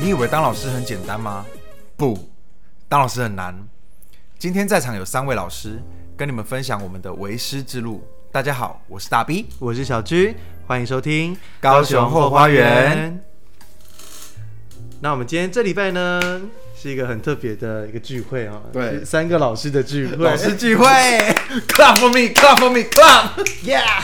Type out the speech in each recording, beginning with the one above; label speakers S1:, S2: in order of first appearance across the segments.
S1: 你以为当老师很简单吗？不，当老师很难。今天在场有三位老师，跟你们分享我们的为师之路。大家好，我是大 B，
S2: 我是小居，欢迎收听
S1: 高雄后花园。
S2: 那我们今天这礼拜呢，是一个很特别的一个聚会啊、哦，
S1: 对
S2: 是三个老师的聚会，
S1: 老师聚会，clap for me，clap for me，clap，yeah。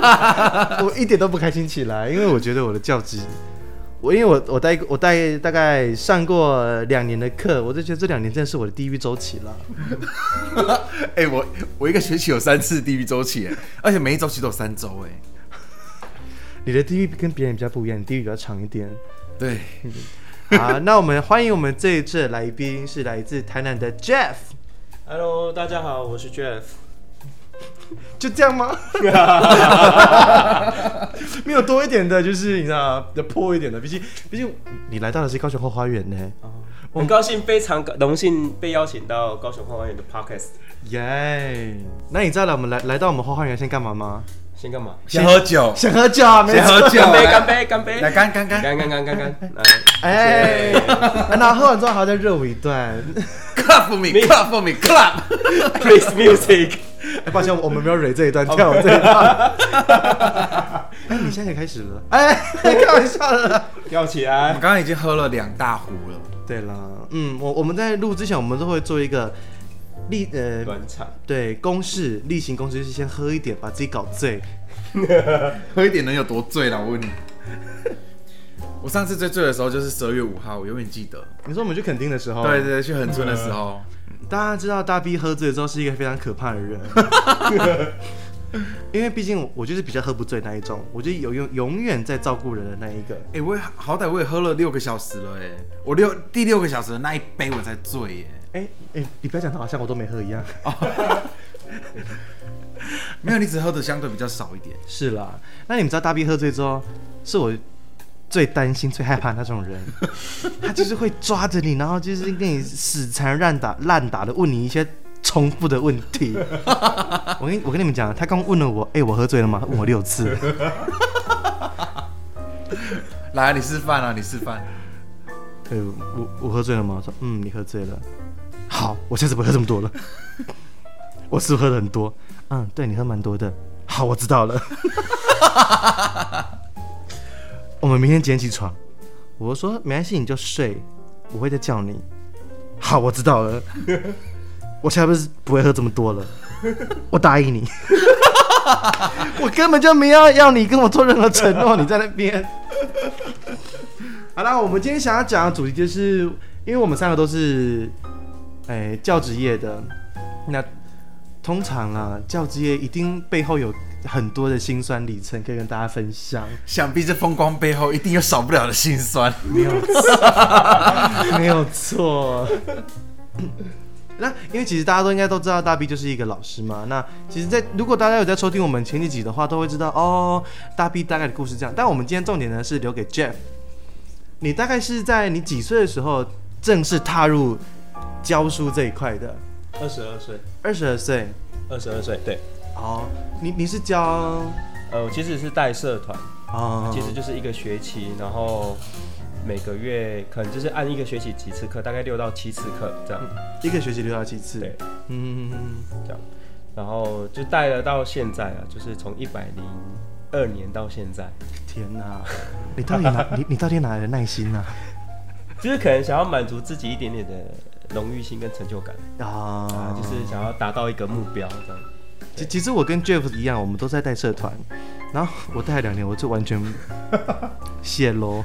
S2: 我一点都不开心起来，因为我觉得我的教职， 我因为我我带我带大概上过两年的课，我就觉得这两年真的是我的地狱周期了。
S1: 哎、我我一个学期有三次地狱周期耶，而且每一周期都有三周哎。
S2: 你的地狱跟别人比较不一样，你地狱比较长一 点。
S1: 对，
S2: 好，那我们欢迎我们这一次的来宾是来自台南的 Jeff，
S3: Hello，大家好，我是 Jeff。
S2: 就这样 吗？没有多一点的，就是你知道比较破一点的，毕竟毕竟你来到的是高雄后花园呢，
S3: 很高兴，非常荣幸被邀请到高雄花花园的 Podcast。
S2: 耶、那你知道来我们来来到我们后花园先干嘛吗？
S3: 先干嘛？
S1: 先喝酒，
S2: 想喝酒啊，没
S1: 先喝
S2: 错。
S1: 酒，
S3: 干杯！
S1: 来
S3: 干杯！干杯！
S1: 来干干干
S3: 干干干干干！来，
S2: 哎，然后喝完之后还要再热舞一段。
S1: ，clap for me，clap for me，clap。
S3: ，Please Music。
S2: 哎，抱歉，我们没有蕊这一段，跳舞这一 段。哎，你现在可以开始了。哎， 开玩笑了。
S3: 跳起
S1: 我
S3: 来
S1: 们！刚刚已经喝了两大壶了，
S2: 对啦，嗯，我我们在录之前，我们都会做一个例呃，
S3: 暖场。
S2: 对公式例行公式，就是先喝一点，把自己搞醉。
S1: 喝一点能有多醉啦？我 问你。我上次最醉的时候就是十二月五号，我永远记得。
S2: 你说我们去垦丁的时候，
S1: 对，对，去恒春的时候，
S2: 大家知道大 B 喝醉之后是一个非常可怕的人， 因为毕竟我我就是比较喝不醉那一种，我就永永永远在照顾人的那一个。
S1: 哎、我也好歹我也喝了六个小时了、哎，我六第六个小时的那一杯我才醉耶、
S2: 哎、哎、你不要讲的好像我都没喝一样。
S1: 没有，你只喝的相对比较少一点。
S2: 是啦，那你们知道大 B 喝醉之后，是我最担心、最害怕那种人，他就是会抓着你，然后就是跟你死缠烂打、烂打的问你一些重复的问题。我跟我跟你们讲，他刚问了我，哎、我喝醉了吗？问我六次。
S1: 来，你示范啊，你示范。
S2: 哎、我我喝醉了吗？我说，嗯，你喝醉了。好，我下次不会喝这么多了。我是不是喝的很多，嗯，对你喝蛮多的。好，我知道了。我们明天几点起床？我说没关系，你就睡，我会再叫你。好，我知道了。我下次不会喝这么多了，我答应你。我根本就没有要你跟我做任何承诺，你在那边。好啦，我们今天想要讲的主题就是，因为我们三个都是，哎、教职业的，那通常啊，教职业一定背后有很多的辛酸里程可以跟大家分享。
S1: 想必这风光背后一定有少不了的辛酸。
S2: 没有 错，没有错。 那因为其实大家都应该都知道大 B 就是一个老师嘛。那其实在，如果大家有在收听我们前几集的话，都会知道哦，大 B 大概的故事这样。但我们今天重点呢是留给 Jeff。你大概是在你几岁的时候正式踏入教书这一块的？
S3: 二十二岁，
S2: 二十二岁。
S3: 二十二岁，对。
S2: 哦，你你是教
S3: 呃，我其实是带社团，
S1: 嗯
S2: 哦，
S3: 其实就是一个学期，然后每个月可能就是按一个学期几次课，大概六到七次课这样。
S1: 嗯
S2: 一个学期六到七次。
S3: 对，
S2: 嗯，嗯嗯嗯
S3: 这样，然后就带了到现在啊，就是从一百零二年到现在，
S2: 天哪，你到底哪你你到底哪来的耐心呢、啊？
S3: 就是可能想要满足自己一点点的荣誉心跟成就感啊
S2: 啊，，
S3: 就是想要达到一个目标这样。
S2: 其其实我跟 Jeff 一样，我们都在带社团，然后我带了两年，我就完全谢 喽。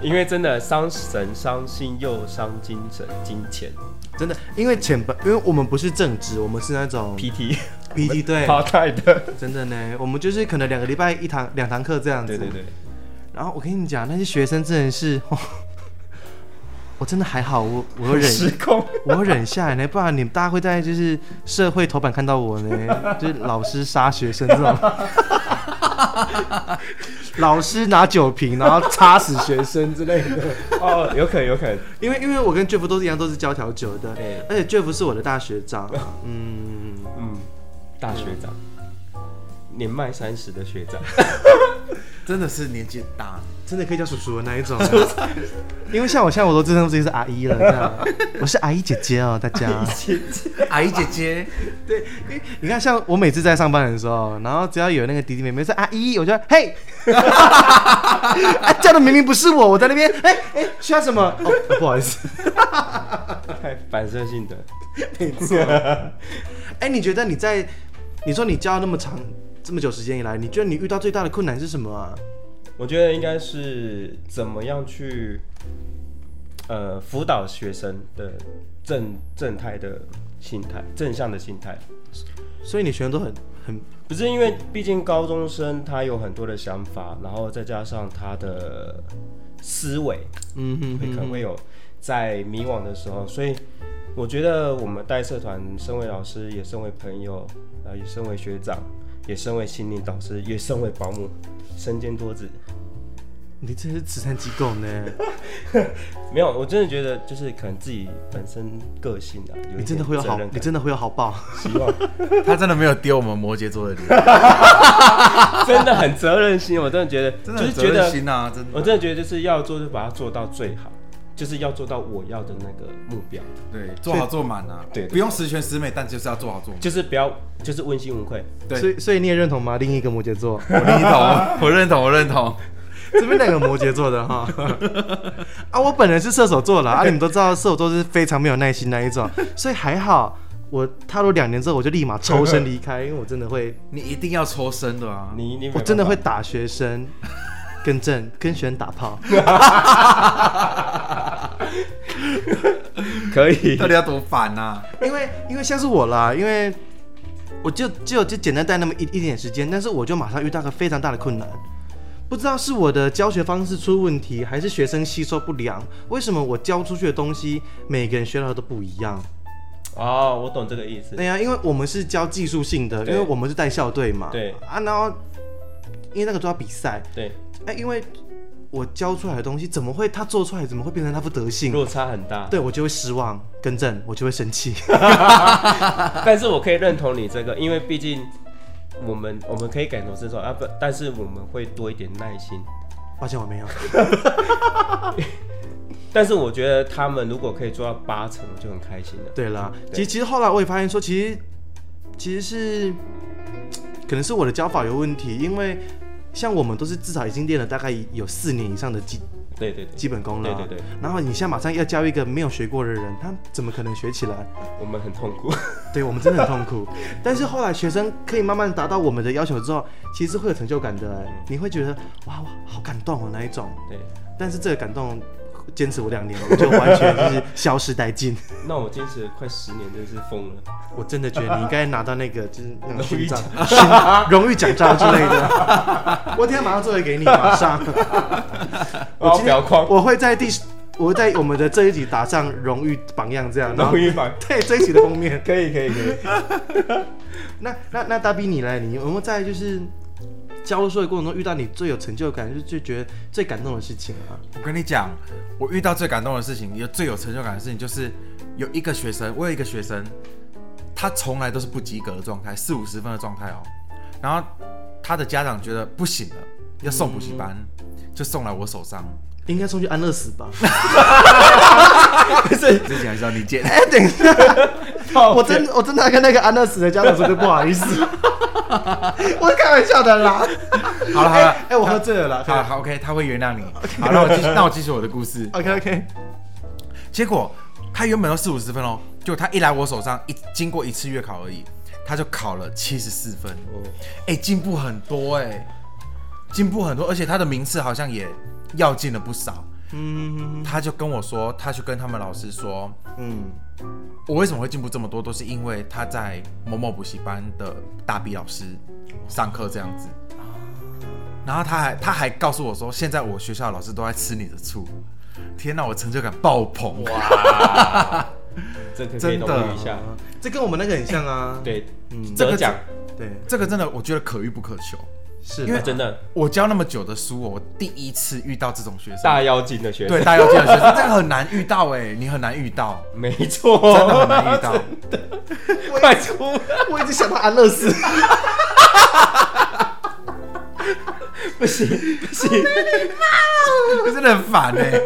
S3: 因为真的伤神、伤心又伤精神、金钱、
S2: 真的，因为前半，因为我们不是正职，我们是那种
S3: PT
S2: PT 对，
S3: 淘汰的。
S2: 真的呢，我们就是可能两个礼拜一堂两堂课这样子。
S3: 对对对，
S2: 然后我跟你讲，那些学生真的是， 我真的还好，我我有 忍，
S3: 失控。
S2: 我有忍下来呢，不然你们大家会在就是社会头版看到我 呢，就是老师杀学生这种， 老师拿酒瓶然后插死学生之类的。
S3: 哦，有可能，有可能。
S2: 因为因为我跟 Jeff 都是一样，都是教调酒的，
S3: 对
S2: 而且 Jeff 是我的大学 长啊，嗯，
S3: 嗯，大学长，年迈三十的学长，
S1: 真的是年纪大，
S2: 真的可以叫叔叔的那一种。啊 因为像我现在我都自称自己是阿姨了，你知道吗？我是阿姨姐姐哦，大 家。
S1: 阿姨姐姐，
S2: 对，因为你看，像我每次在上班的时候，然后只要有那个弟弟妹妹说阿姨，我就 嘿，啊叫的明明不是我，我在那边哎哎需要什么？哦， 不好意思。
S3: 太 反射性的，
S2: 哎，你觉得你在你说你教那么长这么久时间以来，你觉得你遇到最大的困难是什么啊？
S3: 我觉得应该是怎么样去，呃，辅导学生的正正态的心态，正向的心态，
S2: 所以你学生都很很
S3: 不是因为毕竟高中生他有很多的想法，然后再加上他的思维，
S2: 嗯哼
S3: 会可能会有在迷惘的时候，所以我觉得我们带社团，身为老师，也身为朋友，呃，也身为学长，也身为心灵导师，也身为保姆，身兼多职。
S2: 你这是慈善机构 呢？
S3: 没有，我真的觉得就是可能自己本身个性啊，有一
S2: 你真的
S3: 点
S2: 会有好
S3: 责任，感
S2: 你真的会有好报。
S3: 希望
S1: 他真的没有丢我们摩羯座的脸，
S3: 真的很责任心，我真的觉得，
S1: 真的
S3: 就是
S1: 很
S3: 觉
S1: 责任
S3: 得，
S1: 心啊，真
S3: 我
S1: 的。
S3: 真的觉得就是要做就把它做到最好，就是要做到我要的那个目标，
S1: 对，做好做满啊，
S3: 对对
S1: 不用十全十美，但就是要做好做满。
S3: 就是不要就是问心无愧。
S1: 对
S2: 所以所以你也认同吗？另一个摩羯座，
S1: 我认同，我认同，我认同。
S2: 这边两个摩羯座的哈。 啊，我本人是射手座 啦，啊，你们都知道射手座是非常没有耐心那一种，所以还好我踏入两年之后，我就立马抽身离开，因为我真的 会，
S1: 你一定要抽身的啊！
S3: 你你
S2: 我真的会
S3: 没办
S2: 打学生。更正，跟学生打炮，
S3: 法可以
S1: 到底要多烦啊呐、
S2: 因为因为像是我啦，因为我就只有就简单带那么一一点时间，但是我就马上遇到个非常大的困难，不知道是我的教学方式出问题，还是学生吸收不良，为什么我教出去的东西每个人学到的都不一样？
S3: 哦，我懂这个意思。
S2: 对呀、因为我们是教技术性的，因
S3: 对
S2: 为我们是带校队嘛。
S3: 对
S2: 啊，然后因为那个都要比赛，
S3: 对，
S2: 哎、因为我教出来的东西，怎么会他做出来，怎么会变成他副德性？
S3: 落差很大，
S2: 对我就会失望，更正我就会生气。
S3: 但是我可以认同你这个，因为毕竟我们我们可以感同身受啊，不，但是我们会多一点耐心。
S2: 抱歉，我没有。
S3: 但是我觉得他们如果可以做到八成，我就很开心了。
S2: 对啦，
S3: 对
S2: 其实其实后来我也发现说，其实其实是可能是我的教法有问题，因为像我们都是至少已经练了大概有四年以上的基
S3: 对对对，
S2: 基本功了。
S3: 对对对，
S2: 然后你现在马上要教一个没有学过的人，他怎么可能学起来？
S3: 我们很痛 苦。
S2: 对我们真的很痛 苦，但是后来学生可以慢慢达到我们的要求之后，其实会有成就感的
S3: 嗯
S2: 欸，你会觉得哇，哇好感动哦那一种。
S3: 对，
S2: 但是这个感动坚持我两年，我就完全就是消失殆尽。
S3: 那我坚持了快十年，真是疯了。
S2: 我真的觉得你应该拿到那个就是那个
S3: 荣誉
S2: 勋章、勋 荣誉奖章之类的。我等一下马上做一个给你，马上。
S3: 我
S2: 今天
S3: 表框，
S2: 我会在第十，我会在我们的这一集打上荣誉榜样这样，然后
S3: 荣 誉榜，
S2: 对这一集的封面。
S3: 可以可以可以。
S2: 那那那大 B 你来，你有没有在就是教书的过程中遇到你最有成就感，就是最觉得最感动的事情啊？
S1: 我跟你讲，我遇到最感动的事情，有最有成就感的事情，就是有一个学生，我有一个学生，他从来都是不及格的状态，四五十分的状态哦。然后他的家长觉得不行了，要送补习班，
S2: 嗯
S1: 就送来我手 上。
S2: 应该送去安乐死吧？
S1: 之前还是要你见，
S2: 哎、等一下，我
S3: 我
S2: 真 我真的跟那个安乐死的家长说对不好意思，我是开玩笑的啦。
S1: 好了好
S2: 哎、
S1: 了
S2: 哎，我喝醉了啦。
S1: 好好 OK，他会原谅你。好，那我继续，那我继续我的故事。
S2: OK OK，
S1: 结果他原本要四五十分哦，就他一来我手上，一经过一次月考而已，他就考了七十四分。
S3: 哦
S1: 哎、进步很多哎、进步很多，而且他的名次好像也要进了不少。
S2: 嗯
S1: 他就跟我说，他去跟他们老师说，
S2: 嗯，
S1: 我为什么会进步这么多，都是因为他在某某补习班的大 B 老师上课这样子。然后他还他还告诉我说，现在我学校的老师都在吃你的醋。天哪，我成就感爆棚！
S3: 哇，这可可以
S1: 真的
S3: 同意一下。
S2: 啊这跟我们那个很像
S1: 嗯
S2: 啊。
S3: 对，
S1: 这个
S3: 得奖
S2: 对，
S1: 这个真的我觉得可遇不可求。
S2: 是
S1: 因为
S2: 啦
S3: 真的
S1: 我教那么久的书哦，我第一次遇到这种学生，
S3: 大妖精的学生
S1: 对，大妖精的学生，这个很难遇到哎、你很难遇到，
S3: 没错，
S1: 真的很难遇到。
S3: 快出！
S2: 我一直想到安乐死，
S3: 不行不行，
S1: 真的很烦哎、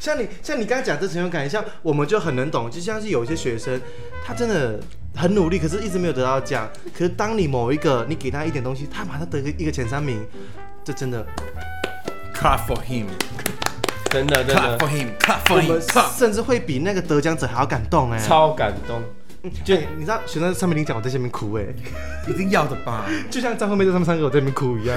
S2: 像你像你刚才讲这成就感，像我们就很能懂，就像是有一些学生，他真的很努力，可是一直没有得到奖。可是当你某一个你给他一点东西，他马上得个一个前三名，这真的，
S1: Clap for him,
S3: 真的真
S1: clap
S3: 的
S1: for him, clap
S2: 我
S1: for
S2: 们
S1: him, clap.
S2: 甚至会比那个得奖者还要感动哎、
S3: 超感动。
S2: 就、哎你知道学生在上面领奖，我在下面哭哎、
S1: 一定要的吧？
S2: 就像张惠妹在上面唱歌，我在那边哭一样。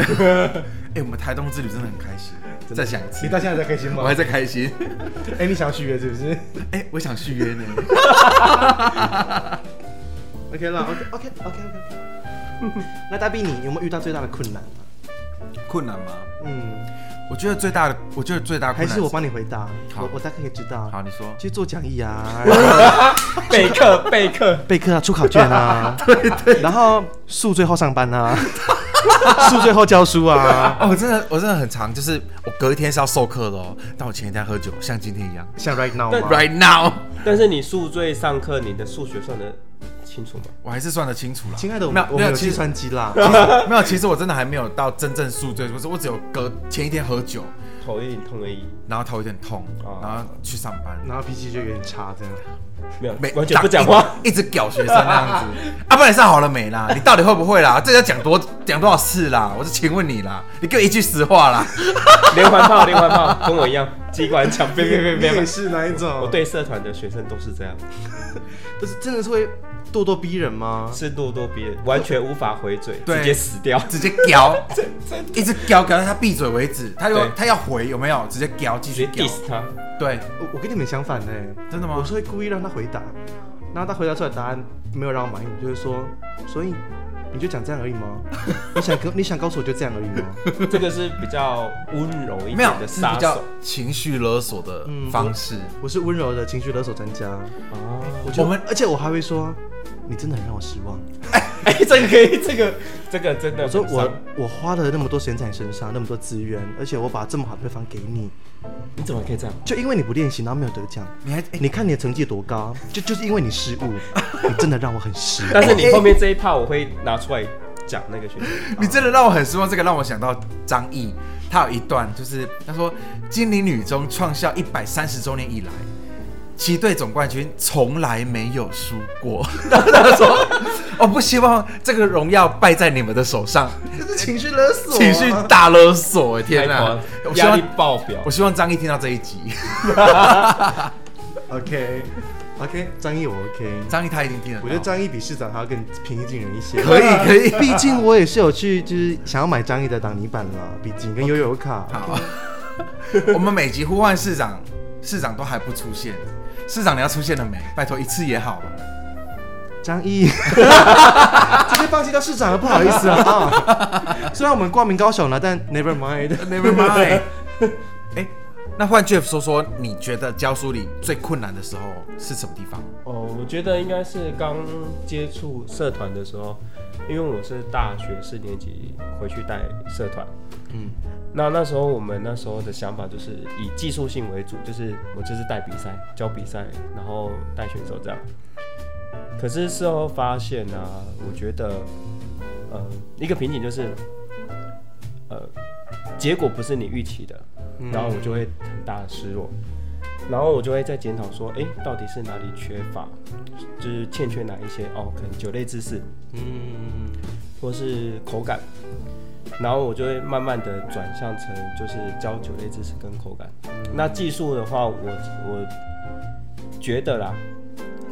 S1: 哎、我们台东之旅真的很开心， 再想一次
S2: 你，到现在才开心
S1: 我
S2: 吗
S1: 还？在开心。
S2: 哎、你想要续约是不是
S1: 哎、我想续约呢。
S2: ？OK 啦，OK OK OK OK。那大 B 你有没有遇到最大的困难啊？
S1: 困难吗？
S2: 嗯，
S1: 我觉得最大的，我觉得最大的
S2: 还
S1: 困难
S2: 是我帮你回答，
S1: 好
S2: 我我大概可以知道。
S1: 好，你说。
S2: 去做讲 义啊，
S3: 备课备课，
S2: 备课啊，出考卷 啊，对对，然后数最后上班啊， 数最后教书啊，
S1: 哦，我真的，我真的很长，就是我隔一天是要授课的哦，但我前一天喝酒，像今天一样
S2: 像 right now 吗？
S1: ，right now，
S3: 但是你宿醉上课，你的数学算得清楚吗？
S1: 我还是算得清楚了。
S2: 亲爱的，我
S1: 没有
S2: 们我们有
S1: 其
S2: 计
S1: 实
S2: 算机啦，
S1: 没有，其实我真的还没有到真正宿醉，就是我只有隔前一天喝酒，
S3: 头有点痛而已，
S1: 然后头有点痛，
S3: 哦
S1: 然后去上班，
S2: 然后脾气就有点差这样。
S3: 没有
S1: 没
S3: 完全不讲话。
S1: 一直屌学生那样 子。啊，不然你上好了没啦？你到底会不会啦？这要讲多讲多少次啦？我是请问你啦，你给我一句实话啦。
S3: 连环 炮，连环炮，跟我一样，机关枪，别 别别别别！
S2: 是哪一种
S3: 我对社团的学生都是这样，
S2: 不是真的是会咄咄逼人吗？
S3: 是咄咄逼人，完全无法回嘴，
S1: 对
S3: 直接死 掉。
S1: 直接屌， 一直屌屌到他闭嘴为止。他有
S3: 对
S1: 他要回有没有？直接屌，继
S3: 直
S1: 续
S3: 接
S1: 屌。
S3: diss 他，
S1: 对，
S2: 我我跟你们相反呢、
S1: 真的吗
S2: 我是会故意让他回答，然后他回答出来的答案没有让我满意，我就会说，所以你就讲这样而已吗？ 你想跟你想告诉我就这样而已吗？
S3: 这个是比较温柔一
S1: 没有
S3: 点的
S1: 是
S3: 杀
S1: 比较
S3: 手。
S1: 情绪勒索的
S2: 嗯
S1: 方式。
S2: 我是温柔的情绪勒索专家，
S3: 哦，
S2: 我就
S1: 我们
S2: 而且我还会说，你真的很让我失望。
S3: 哎，这个可以，这个这个真的
S2: 我
S3: 很
S2: 说
S3: 伤，
S2: 我我花了那么多时间在你身上，那么多资源，而且我把这么好的配方给你，
S3: 你怎么可以这样？
S2: 就因为你不练习，然后没有得奖。
S1: 你还哎
S2: 你看你的成绩多高，就就是因为你失 误，你真的让我很失望。
S3: 但是你后面这一炮我会拿出来讲那个学生，哦
S1: 你真的让我很失望。这个让我想到张译，他有一段就是他说，金陵女中创校一百三十周年以来，其队总冠军从来没有输过。 然后他说，我不希望这个荣耀败在你们的手上，
S2: 这是情绪勒索啊
S1: 情绪大勒索、哎天
S3: 太夸
S1: 哪
S3: 张！
S1: 我希
S3: 压
S1: 望
S3: 力爆表
S1: 我。希望张译听到这一集，
S2: OK OK，张毅我 OK，
S1: 张译他一定听得到。
S2: 我觉得张毅比市长还要更平易近人一些。
S1: 可以 可以，
S2: 毕竟我也是有去，就是想要买张毅的挡泥板了，毕竟跟悠悠卡。
S1: 好，我们每集呼唤市长，市长都还不出现，市长你要出现了没？拜托一次也好吧。
S2: 张 毅，直接放弃掉市长了，不好意思啊。啊 虽然我们挂名高手呢，但 Never mind。
S1: Never mind。哎，那换句说说，你觉得教书里最困难的时候是什么地方？
S3: 哦，我觉得应该是刚接触社团的时候，因为我是大学四年级回去带社团，
S2: 嗯，
S3: 那那时候我们那时候的想法就是以技术性为主，就是我就是带比赛、教比赛，然后带选手这样。可是事后发现呢、啊，我觉得，呃，一个瓶颈就是，呃，结果不是你预期的，
S2: 嗯
S3: 然后我就会很大的失落，然后我就会在检讨说，诶，到底是哪里缺乏，就是欠缺哪一些哦，可能酒类知识，
S2: 嗯，
S3: 或是口感，然后我就会慢慢的转向成就是教酒类知识跟口感。那技术的话，我我觉得啦，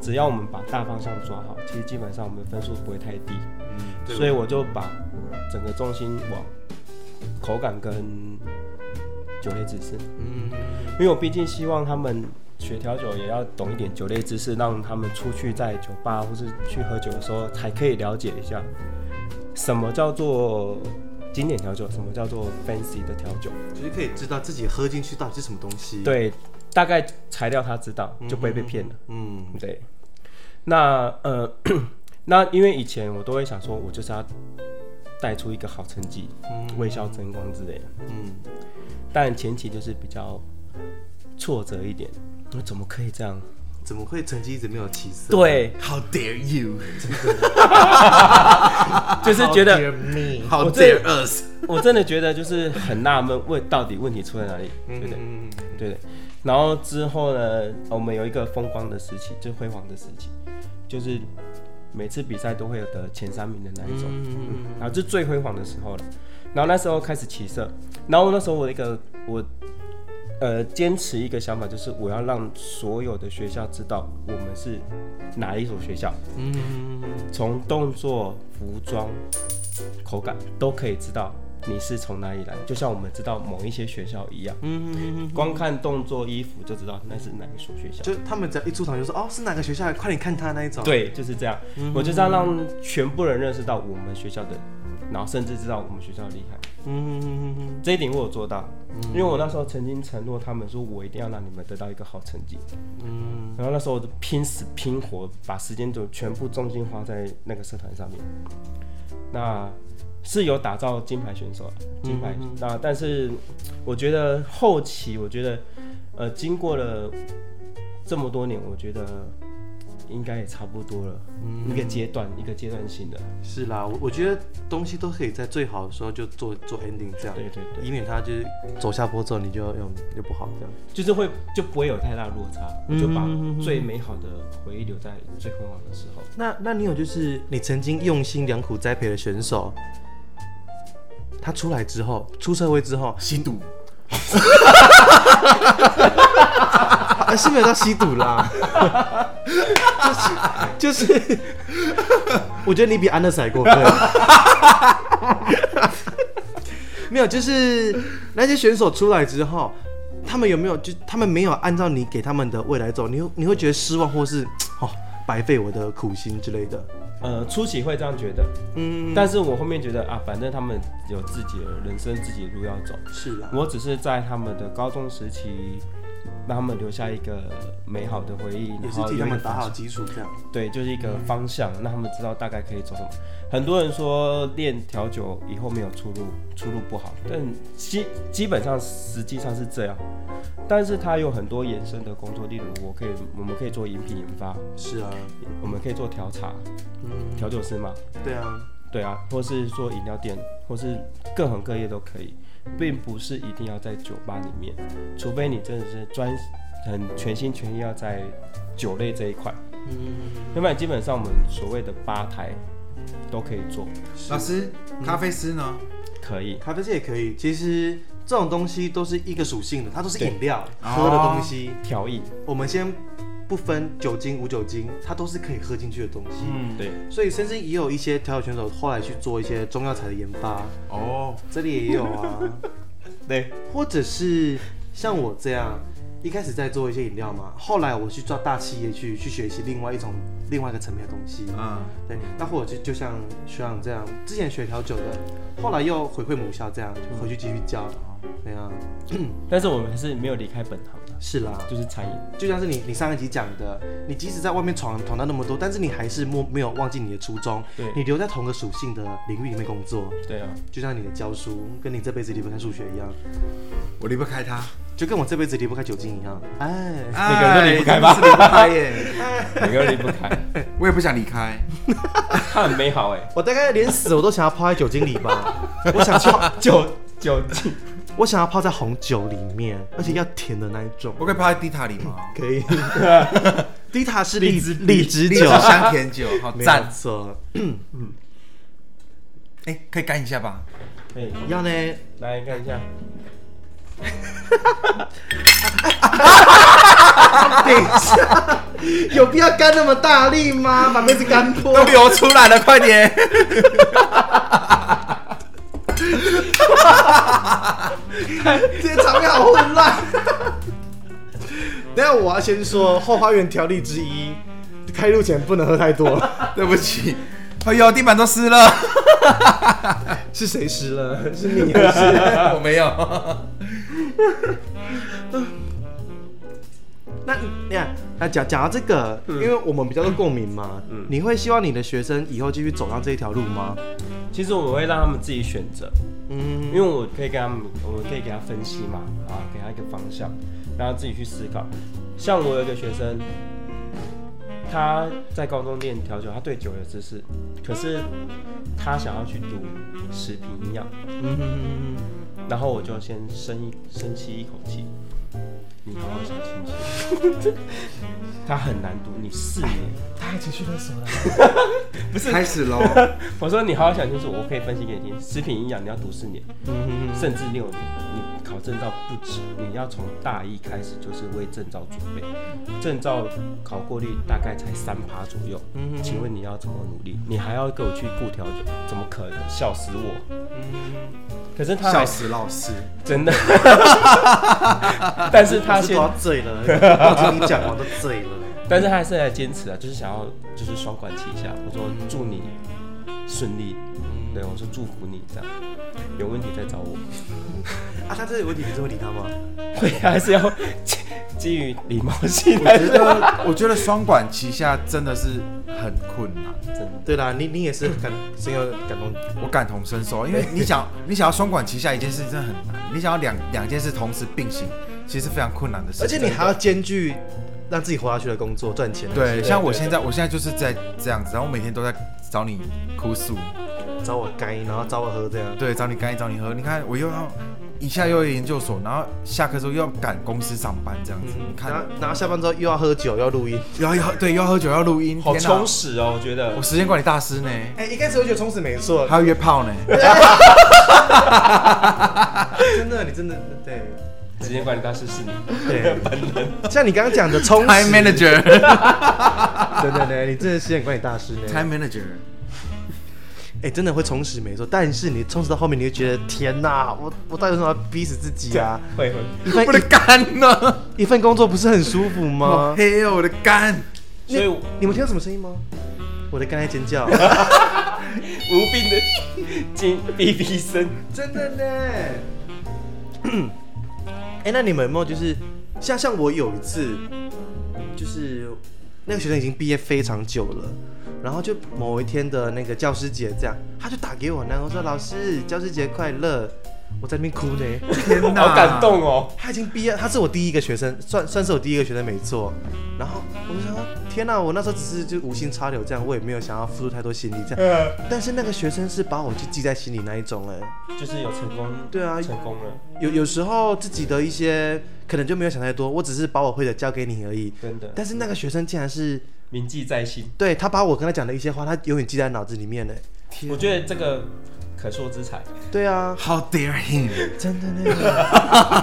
S3: 只要我们把大方向抓好，其实基本上我们分数不会太低。所以我就把整个重心往口感跟酒类知识，
S2: 嗯
S3: 因为我毕竟希望他们学调酒也要懂一点酒类知识，让他们出去在酒吧或是去喝酒的时候，才可以了解一下什么叫做经典调酒，什么叫做 fancy 的调酒。
S2: 就是可以知道自己喝进去到底是什么东西。，
S3: 对，大概材料他知道，就不会被骗了。
S2: 嗯，
S3: 对，那呃， 那因为以前我都会想说，我就是要带出一个好成绩，微笑争光之类的。
S2: 嗯，
S3: 但前期就是比较挫折一点，我怎么可以这样？
S2: 怎么会成绩一直没有起色？，
S3: 对，
S1: How dare you？
S3: 啊就是觉得
S2: me，
S1: How
S3: 我这
S1: dare us？
S3: 我真的觉得就是很纳闷，问到底问题出在哪里，对
S2: 嗯
S3: 不对？对的。然后之后呢，我们有一个风光的时期，就辉煌的时期，就是每次比赛都会有得前三名的那一种，
S2: 嗯
S3: 然后就最辉煌的时候了。然后那时候开始起色，然后那时候我的一个我呃坚持一个想法，就是我要让所有的学校知道我们是哪一所学校，
S2: 嗯
S3: 从动作、服装、口感都可以知道你是从哪里来，就像我们知道某一些学校一样，
S2: 嗯，
S3: 光看动作、衣服就知道那是哪一所学校。
S2: 就他们只要一出场就说哦是哪个学校，快点看他那一种。，
S3: 对，就是这样。我就是要让全部人认识到我们学校的，然后甚至知道我们学校的厉害。
S2: 嗯，
S3: 这一点我有做到，因为我那时候曾经承诺他们说，我一定要让你们得到一个好成绩。嗯，然后那时候我就拼死拼活，把时间就全部重心花在那个社团上面。那是有打造金牌选手啊，金牌。那但是我觉得后期，我觉得呃，经过了这么多年，我觉得应该也差不多了，一个阶段一个阶段性的。
S2: 是啦，我我觉得东西都可以在最好的时候就做做 ending 这样，
S3: 对对对，
S2: 以免他就是走下坡之后你就又又不好这样。
S3: 就是会就不会有太大落差，我就把
S2: 嗯
S3: 最美好的回忆留在最辉煌的时候。
S2: 那那你有就是你曾经用心良苦栽培的选手，他出来之后，出社会之后，
S1: 吸毒，
S2: 啊是没有到吸毒啦， 就是就是，我觉得你比安乐死还过分。 没有，就是那些选手出来之后，他们有没有就他们没有按照你给他们的未来走，你会你会觉得失望，或是哦白费我的苦心之类的。
S3: 呃，初期会这样觉得，
S2: 嗯，
S3: 但是我后面觉得啊，反正他们有自己的人生，自己的路要走。
S2: 是啦，
S3: 我只是在他们的高中时期，让他们留下一个美好的回忆，
S2: 也
S3: 然
S2: 是
S3: 后
S2: 替他
S3: 有一个
S2: 们打
S3: 方
S2: 好
S3: 向
S2: 基础这样。
S3: 对，就是一个方向，让他们知道大概可以走什么。很多人说练调酒以后没有出路，出路不好，但基基本上实际上是这样。但是它有很多延伸的工作，例如我可以，我们可以做饮品研发，
S2: 是啊，
S3: 我们可以做调茶，
S2: 嗯，
S3: 调酒师嘛，
S2: 对啊，
S3: 对啊，或是做饮料店，或是各行各业都可以，并不是一定要在酒吧里面，除非你真的是专很全心全意要在酒类这一块，
S2: 嗯，
S3: 要不然基本上我们所谓的吧台都可以做，
S1: 老师，咖啡师呢？
S3: 可以。
S2: 咖啡这也可以。其实这种东西都是一个属性的，它都是
S3: 对
S2: 饮料
S1: 哦
S2: 喝的东西。
S3: 调饮，
S2: 我们先不分酒精无酒精，它都是可以喝进去的东西。
S1: 嗯，
S3: 对，
S2: 所以甚至也有一些调酒选手后来去做一些中药材的研发，
S1: 哦，
S2: 这里也有 啊。
S3: 对，
S2: 或者是像我这样，一开始在做一些饮料嘛，后来我去做大企业去去学习另外一种另外一个层面的东西。
S1: 嗯，
S2: 对，那或者就就像学长这样，之前学调酒的，后来又回馈母校这样，就回去继续教。对啊，
S3: 但是我们还是没有离开本行的，
S2: 是啦，
S3: 就是餐饮。
S2: 就像是你你上一集讲的，你即使在外面闯闯荡那么多，但是你还是没没有忘记你的初衷，
S3: 对
S2: 你留在同个属性的领域里面工作，
S3: 对 啊，
S2: 就像你的教书，跟你这辈子离不开数学一样，
S1: 我离不开 他，
S2: 就跟我这辈子离不开酒精一样。哎，
S1: 每
S3: 个人都离不开吧
S1: 离不开耶，
S3: 每个人离不开，
S1: 我也不想离开。
S3: 它很美好哎、
S2: 我大概连死我都想要泡在酒精里吧， 我想泡
S3: 酒酒精，
S2: 我想要泡在红酒里面，而且要甜的那一种，
S1: 我可以泡在地塔里吗？
S2: 可以。 低塔是荔枝
S1: 荔
S2: 荔枝酒，
S1: 香甜酒，好
S2: 没有
S1: 赞！
S2: 错。
S1: 哎，可以干一下吧？
S3: 哎、
S2: 要呢，
S3: 来看一下，
S2: 等一下， 有必要干那么大力吗？把妹子干 破
S1: 都流出来了，快点！
S2: 这场面好混乱。等一下我要先说，后花园条例之一，开路前不能喝太多。
S1: 对不起，哎呦，地板都湿了。
S2: 是谁湿了？是你还 是？
S1: 我没有。
S2: 那你看，那讲讲到这个，因为我们比较多共鸣嘛，你会希望你的学生以后继续走上这一条路吗？
S3: 其实我会让他们自己选择，
S2: 嗯，
S3: 因为我可以给他们，我可以给他分析嘛，啊，给他一个方向，让他自己去思考。像我有一个学生，他在高中练调酒，他对酒有知识，可是他想要去读食品营养，
S2: 嗯哼哼
S3: 然后我就先深一深吸一口气，你好好想清楚， 他很难读，你四年，
S1: 他还情绪勒索了，
S3: 不是
S1: 开始喽。
S3: 我说你好好想清楚，我可以分析给你听，食品营养你要读四年，
S2: 哼嗯哼哼
S3: 甚至六年，你考证照不止，你要从大一开始就是为证照准备，证照考过率大概才三趴左右。
S2: 嗯哼哼
S3: 请问你要怎么努力？你还要给我去顾调酒？怎么可能？笑死我！
S2: 嗯
S3: 可是他
S1: 笑
S3: 还
S1: 死老师，
S3: 真的， 但是他
S2: 我是
S3: 现
S2: 都要醉了，我听你讲我都醉了。
S3: 但是他还是在坚持啊，就是想要就是双管齐下。我说祝你顺利，对我说祝福你这样，有问题再找我。
S2: 啊，他这个问题你是会理他吗？
S3: 会还是要基基于礼貌性
S1: 我
S3: 来
S1: 觉得我觉得双管齐下真的是很困难，
S3: 真的
S2: 对啦，你你也是感深有感动，
S1: 我感同身受，因为你想 你想要双管齐下一件事真的很难，你想要两两件事同时并行，其实非常困难的事
S2: 而且
S1: 情。
S2: 你还要兼具让自己活下去的工作、赚钱。啊
S1: 对，像我
S3: 对
S1: 现在我现在就是在这样子，然后我每天都在找你哭诉，
S2: 找我该，然后找我喝这样。
S1: 对，找你干，找你喝。你看我又要一下又要研究所，然后下课之后又要赶公司上班，这样子。你
S2: 嗯然
S1: 看
S2: 后，然后下班之后又要喝酒，又要录音。
S1: 又要又要对又要喝酒，又要录音，
S3: 好
S1: 天哪
S3: 充实哦，我觉得
S1: 我时间管理大师呢，
S2: 哎、一开始我觉得充实没 错，
S1: 还要约炮呢。
S2: 真的，你真的对
S3: 时间管理大师是你，
S2: 对， 像你刚刚讲的充实
S1: Time manager，Time
S2: 真的呢，你真的是时间管理大师呢。
S1: manager，
S2: 哎、真的会充实没错，但是你充实到后面，你会觉得天哪，我我到底为什么要逼死自己 啊？
S3: 会会
S2: 一份
S1: 我的肝呢？
S2: 一份工作不是很舒服
S1: 好
S2: 吗？
S1: 黑哦，我的肝。
S3: 所以
S2: 你
S3: 我
S2: 你们听到什么声音吗？我的刚才尖 叫，
S3: 无病的 精逼逼声，
S2: 真的呢。哎、那你们有没有就是像像我有一次，就是那个学生已经毕业非常久了，然后就某一天的那个教师节这样，他就打给我呢，我说老师教师节快乐，我在那边哭呢。
S1: 天哪，
S3: 好感动哦。
S2: 他已经毕业，他是我第一个学生，算算是我第一个学生没错。然后我就想说，天哪、我那时候只是就无心插柳这样，我也没有想要付出太多心力这样。
S3: 呃，
S2: 但是那个学生是把我就记在心里那一种哎，
S3: 就是有成功，
S2: 对啊，
S3: 成功了，
S2: 有有时候自己的一些可能就没有想太多，我只是把我会的教给你而已。
S3: 真的
S2: 但是那个学生竟然是
S3: 铭记在心。
S2: 对他把我跟他讲的一些话，他永远记在脑子里面呢。
S3: 我觉得这个可塑之才，
S2: 对啊，
S1: ，How dare him？How
S2: 真的那个，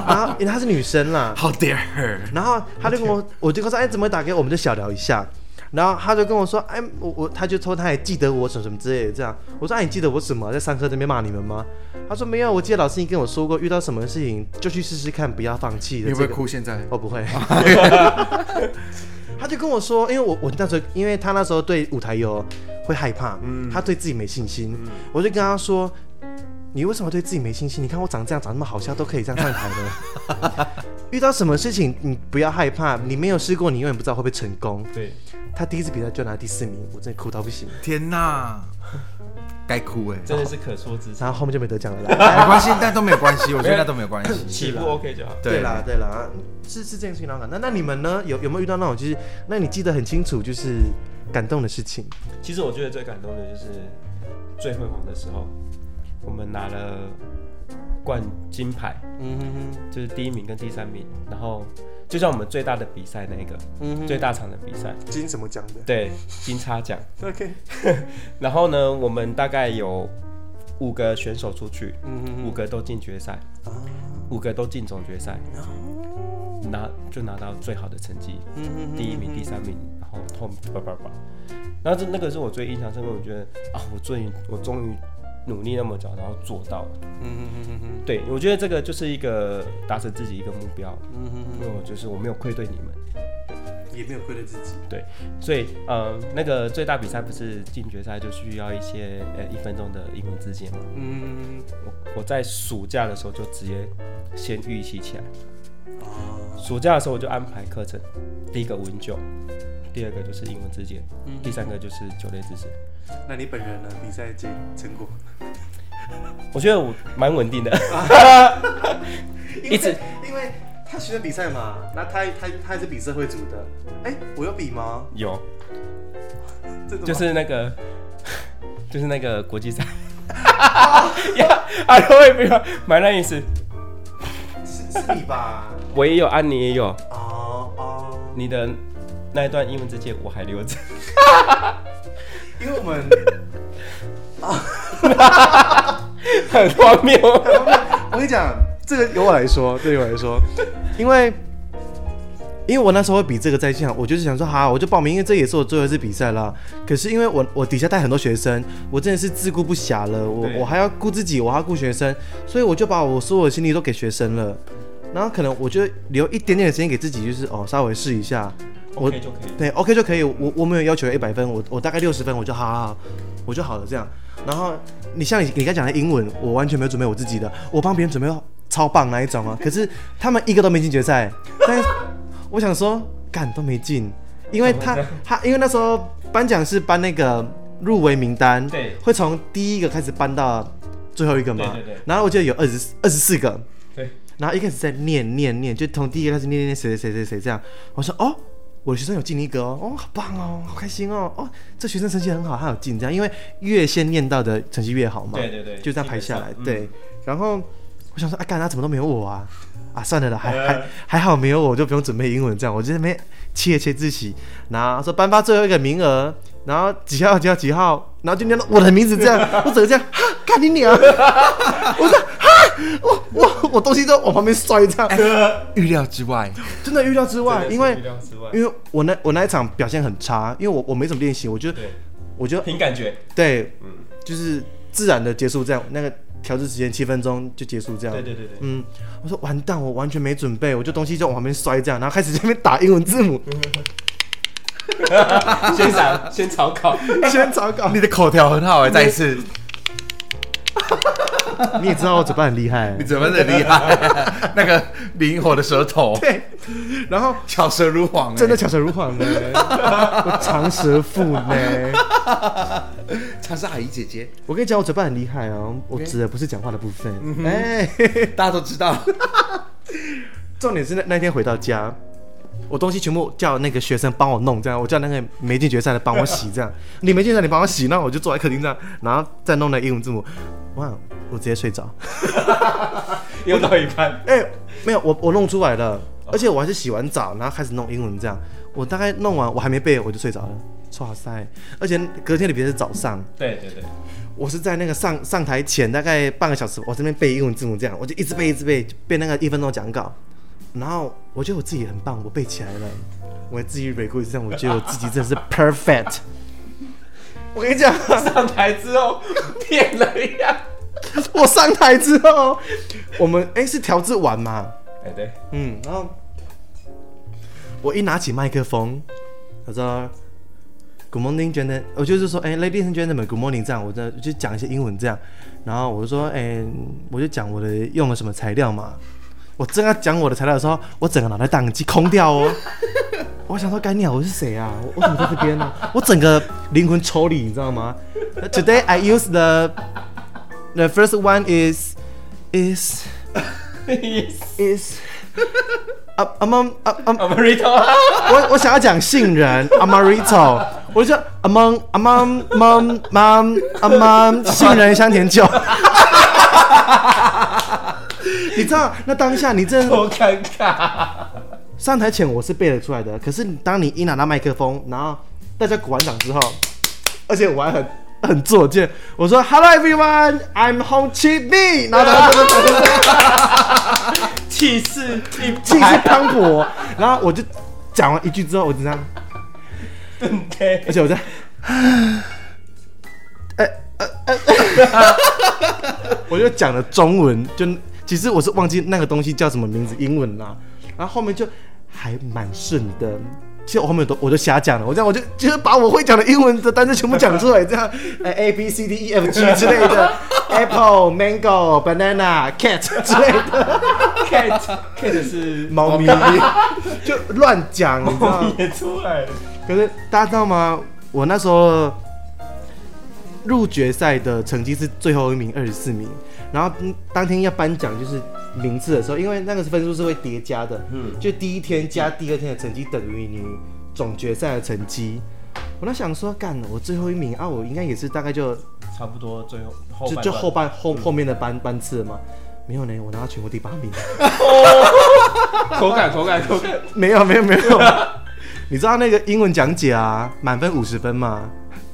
S2: 然后因为她是女生啦，
S1: dare her？
S2: 然后他就跟我，我就跟他说，哎，怎么会打给我？我们就小聊一下。然后他就跟我说，哎，我我，他就说他也记得我什么什么之类的，这样。我说，哎，你记得我什么？在上课那边骂你们吗？他说没有，我记得老师已经跟我说过，遇到什么事情就去试试看，不要放弃
S1: 你
S2: 的。
S1: 会不会
S2: 这个
S1: 哭？现在？
S2: 哦我不 会。他就跟我说，因为我我那时候，因为他那时候对舞台有会害怕，他对自己没信心，我就跟他说。你为什么对自己没信心？你看我长这样，长那么好笑，都可以这样上台的。 遇到什么事情，你不要害怕，你没有试过，你永远不知道会不会成功。
S3: 对，
S2: 他第一次比赛就拿第四名，我真的哭到不行。
S1: 天哪，该哭哎。
S3: 真的是可塑之才，
S2: 然后后面就没得奖了啦。
S1: 没关系，但都没有关系，我觉得那都没有关系。
S3: 起步 OK 就好。
S2: 对啦，对啦，是是这件事情让我感动。那那你们呢？有有没有遇到那种就是，那你记得很清楚，就是感动的事情？
S3: 其实我觉得最感动的就是最辉煌的时候，我们拿了冠金牌，
S2: 嗯哼哼，
S3: 就是第一名跟第三名，然后就像我们最大的比赛那一个，
S2: 嗯哼
S3: 最大场的比赛，
S2: 金什么奖的
S3: 对，金叉奖。
S2: ？OK，
S3: 然后呢，我们大概有五个选手出去，
S2: 嗯哼
S3: 五个都进决赛，
S2: 啊，哦
S3: 五个都进总决赛，拿就拿到最好的成绩，
S2: 嗯哼
S3: 第一名、第三名，然后后叭叭叭。然后这那个是我最印象深刻，我觉得啊，我终于我终于努力那么久，然后做到了。
S2: 嗯哼哼哼，
S3: 对，我觉得这个就是一个达成自己一个目标，
S2: 嗯哼
S3: 因为我就是我没有愧对你们。
S2: 哼，也没有亏了自己。
S3: 对，所以呃，那个最大比赛不是进决赛就需要一些呃一分钟的英文字节吗？
S2: 嗯，
S3: 我我在暑假的时候就直接先预习起来。
S2: 哦
S3: 暑假的时候我就安排课程，第一个文酒，第二个就是英文字节，嗯第三个就是酒类知识。
S2: 那你本人呢？比赛结成果？
S3: 我觉得我蛮稳定的，
S2: 因
S3: 一直
S2: 为因为他学生比赛嘛，那他他他也是比社会组的。哎，我有比吗？
S3: 有
S1: 这怎么
S3: 就是那个， 就是那个国际赛。呀，阿罗也不要买那意思，
S2: 是是你吧？
S3: 我也有，安妮也有，
S2: 哦哦，
S3: 你的那一段英文字节我还留着。
S2: 因为我们
S3: 很荒谬。
S2: 我跟你讲，这个由我来说，对于我来说，因为因为我那时候会比这个在线，我就是想说，好，我就报名，因为这也是我最后一次比赛啦。可是因为我我底下带很多学生，我真的是自顾不暇了，我
S3: 对
S2: 我还要顾自己，我还要顾学生，所以我就把我所有的心力都给学生了。然后可能我就留一点点的时间给自己，就是哦，稍微试一下。我
S3: OK 就可以。
S2: 对，OK 就可以。我我没有要求一百分，我我大概六十分，我就好好好，我就好了这样。然后你像你你刚讲的英文，我完全没有准备我自己的，我帮别人准备超棒那一种啊。可是他们一个都没进决赛，但是我想说，干都没进，因为他他因为那时候颁奖是颁那个入围名单，
S3: 对
S2: 会从第一个开始颁到最后一个嘛。
S3: 对对对
S2: 然后我记得有二十二十四个，
S3: 对，
S2: 然后一开始在念念念，就从第一个开始念念念谁谁谁谁谁这样。我说哦，我的学生有进一个哦，哦，好棒哦，好开心哦，哦，这学生成绩很好，他有进这样，因为越先念到的成绩越好嘛。
S3: 对对对
S2: 就这样排下来
S3: 基。本上嗯
S2: 对，然后我想说，啊，干他怎么都没有我啊？啊，算了啦，还还
S3: 呃
S2: 还好没有我，我就不用准备英文这样，我就在那边窃窃自喜。然后说颁发最后一个名额，然后几号几号几号，然后就念到我的名字这样，我整个这样，哈，干你娘！我说哈，我我我东西都往旁边摔这样，
S1: 哎预料之外，
S2: 真的预料之外，
S3: 真的是
S2: 因为
S3: 意料之外
S2: 因为我那我那一场表现很差，因为我我没怎么练习，我就
S3: 对，
S2: 我就
S3: 凭感觉。
S2: 对，
S3: 嗯，
S2: 就是自然的结束这样，那个调制时间七分钟就结束这样。
S3: 对对对 对，
S2: 嗯，我说完蛋，我完全没准备，我就东西就往旁边摔这样，然后开始在那边打英文字母，
S3: 先打先草稿，
S2: 先草稿。
S1: 你的口条很好哎，再一次，
S2: 你也知道我嘴巴很厉害
S1: 你，怎么很厉害？那个灵活的舌头，
S2: 对， 然后
S1: 巧舌如簧，欸
S2: 真的巧舌如簧呢，我长舌妇呢。
S1: 她是海怡姐姐，
S2: 我跟你讲，我嘴巴很厉害哦，我指的不是讲话的部分。哎、
S1: 嗯大家都知道。
S2: 重点是那那天回到家，我东西全部叫那个学生帮我弄，这样我叫那个没进决赛的帮我洗，这样你没进决赛你帮我洗，那我就坐在客厅这样，然后再弄那英文字母，哇，我直接睡着。
S3: 又到一半。
S2: 哎、没有，我我弄出来了，而且我还是洗完澡，然后开始弄英文这样。我大概弄完，我还没背，我就睡着了。哇塞！而且隔天的比赛是早上，
S3: 对对对，
S2: 我是在那个上上台前大概半个小时，我这边背英文字母这样，我就一直背一直背，就背那个一分钟讲稿。然后我觉得我自己很棒，我背起来了，我自己 r e c o 这样，我觉得我自己真的是 perfect。我跟你讲，
S3: 上台之后 变了一样。
S2: 我上台之后，我们哎、是调制完嘛？
S3: 哎 对，
S2: 嗯，然后我一拿起麦克风，他说 “Good morning, gentlemen”，我就是说，哎、l a d i e s and gentlemen，Good morning，这样，我在就讲一些英文这样，然后我就说，哎、我就讲我的用了什么材料嘛。我正要讲我的材料的时候，我整个脑袋宕机空掉哦。我想说，干鸟，我是谁啊？我我怎么在这边呢、我整个灵魂抽离，你知道吗？Today I use the the first one is is is a among a, a,
S3: 我们啊 read
S2: 我我想要讲杏仁 amarito，我就 among among among among among 杏仁香甜酒。你知道，那当下你真的
S3: 多尴尬。
S2: 上台前我是背得出来的，可是当你一拿到麦克风，然后大家鼓完掌之后，而且我还很很作贱，我说 Hello everyone, I'm Hong Chi Mi，然后大家就
S3: 气势一
S2: 气势
S3: 拍，
S2: 磅礴，然后我就讲完一句之后，我就这样，
S3: 对
S2: 而且我在。 我就讲了中文，就其实我是忘记那个东西叫什么名字，英文啦。然后后面就还蛮顺的，其实我后面都我都瞎讲了，我这样我就就是把我会讲的英文的单词全部讲出来，这样呃 A B C D E F G 之类 的，Apple Mango Banana Cat 之类的，
S3: ，cat cat 是
S2: 猫咪 就乱讲，你知道吗
S3: 猫？也出来了，
S2: 可是大家知道吗？我那时候入决赛的成绩是最后一名，二十四名。然后嗯当天要颁奖就是名次的时候，因为那个分数是会叠加的，
S3: 嗯
S2: 就第一天加第二天的成绩等于你总决赛的成绩。我那想说，干，我最后一名啊，我应该也是大概就
S3: 差不多最后后
S2: 就
S3: 半
S2: 就
S3: 段
S2: 后半后后面的班班次了嘛。没有呢，我拿到全国第八名。
S3: 口感口感口感，
S2: 没有没有没有，你知道那个英文讲解啊，满分五十分嘛，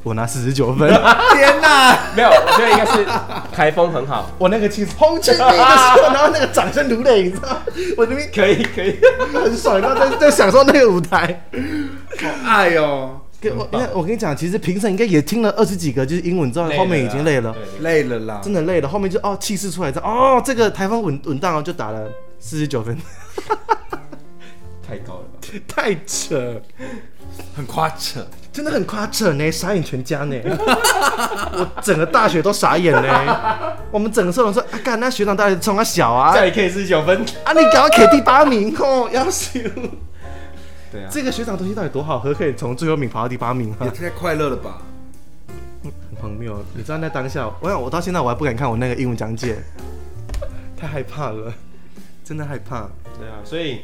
S2: 我拿四十九分，
S1: 天哪！
S3: 没有，我觉得应该是台风很好，
S2: 我那个气轰去你的时候，然后那个掌声如雷，你知道，我那边
S3: 可以可以。
S2: 很爽，然后在在享受那个舞台。
S1: 好爱哦，
S2: 跟我因为我跟你讲，其实评审应该也听了二十几个，就是英文之后，后面已经累了，
S1: 累了啦，
S2: 真的累了，后面就哦气势出来，知道哦这个台风稳稳当哦，就打了四十九分，
S3: 太高了吧？
S2: 太扯。
S1: 很夸扯。
S2: 真的很夸张呢，傻眼全家呢，我整个大学都傻眼呢。我们整个社团说，啊，干那学长到底冲他小啊？
S3: 再可以四十九分。
S2: 啊，你搞到 K 第八名哦，要死！
S3: 对啊，
S2: 这个学长东西到底多好喝，可以从最后名跑到第八名啊
S1: 也，太快乐了吧！
S2: 很荒谬。啊你知道那当下，我想我到现在我还不敢看我那个英文讲解， 太害怕了，真的害怕
S3: 对啊，所以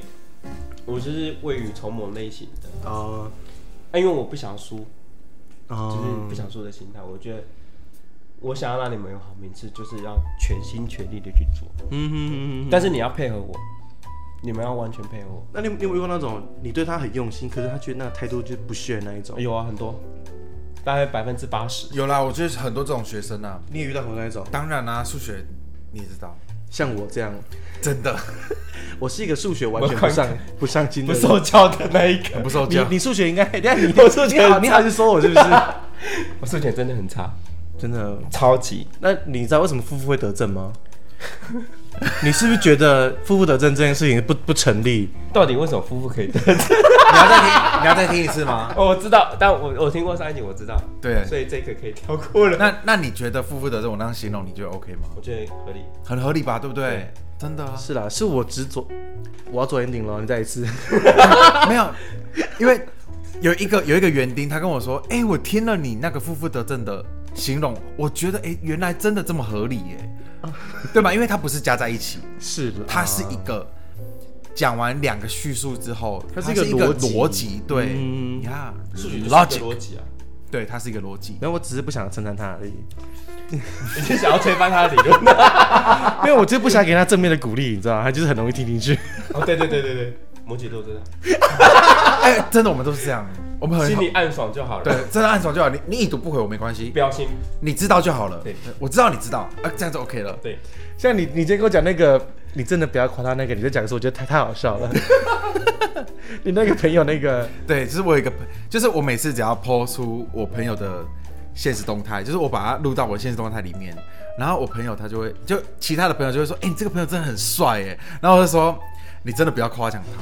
S3: 我就是未雨绸缪类型的，
S2: 哦
S3: 啊，因为我不想输，
S1: 嗯
S3: 就
S2: 哦
S3: 是，不想输的心态。我觉得我想要让你们有好名次，就是要全心全力的去做，
S2: 嗯哼嗯哼
S3: 但是你要配合我，你们要完全配合我。
S2: 那你有你有没有遇过那种你对他很用心，可是他觉得那个态度就是不屑的那一种？
S3: 有啊，很多，大概百分之八十。
S1: 有啦，我觉得很多这种学生啊，
S2: 你也遇到过那一种？
S1: 当然啦、数学你也知道，
S2: 像我这样，
S1: 真的
S2: 我是一个数学完全不上不上心的
S3: 不
S2: 人。
S3: 受教的那一
S1: 很
S3: 个，
S1: 不受
S2: 你
S1: 教。
S2: 你数学应该，你看你
S3: 我数学
S2: 你好，你好意思说我是 不是？
S3: 我数学真的很差，
S2: 真的？
S3: 超级。
S2: 那你知道为什么夫妇会得证吗？ 你是不是觉得夫妇得证这件事情不不成立？
S3: 到底为什么夫妇可以得？
S1: 你要再听，你要再听一次 吗？
S3: 我知道，但我我听过上一集，我知道，
S1: 对
S3: 所以这个可以跳过了。
S1: 那那你觉得负负得正，我那样形容你觉得 OK 吗？
S3: 我觉得合理。
S1: 很合理吧，对不对？真的啊，
S2: 是啦，是我执着，我要做 ending 了，你再一次。
S1: 没有，因为有一个有一个园丁，他跟我说，哎、我听了你那个负负得正的形容，我觉得哎、原来真的这么合理耶、对吧？因为它不是加在一起，
S2: 是啦，
S1: 它是一个讲完两个叙述之后，
S2: 它
S1: 它
S2: 是
S1: 是
S2: 一个
S1: 一个
S2: 逻辑
S1: 逻辑，对
S2: 嗯
S1: 呀，
S3: 数学就是一个
S1: logic，
S3: 逻辑啊，
S1: 对，它是一个逻辑。
S2: 然后我只是不想称赞他而 已，
S3: 你是想要推翻他的理论？
S2: 因为我就是不想给他正面的鼓励，你知道吗？他就是很容易听进去。
S3: 哦，对对对对对，摩羯座真的
S1: 哎、真的，我们都是这样，我们很
S3: 心里暗爽就好了，
S1: 对，，真的暗爽就好。你你已读不回我没关系
S3: 不，要心
S1: 你知道就好了。
S3: 对，
S1: 我知道你知道，啊，这样就 OK 了。
S3: 对。
S2: 像你，你今天跟我讲那个，你真的不要夸他那个，你在讲说，我觉得太太好笑了。 你那个朋友那个，
S1: 对，就是我有一个朋，就是我每次只要抛出我朋友的现实动态，就是我把它录到我现实动态里面，然后我朋友他就会，就其他的朋友就会说，哎、你这个朋友真的很帅哎，然后我就说，你真的不要夸奖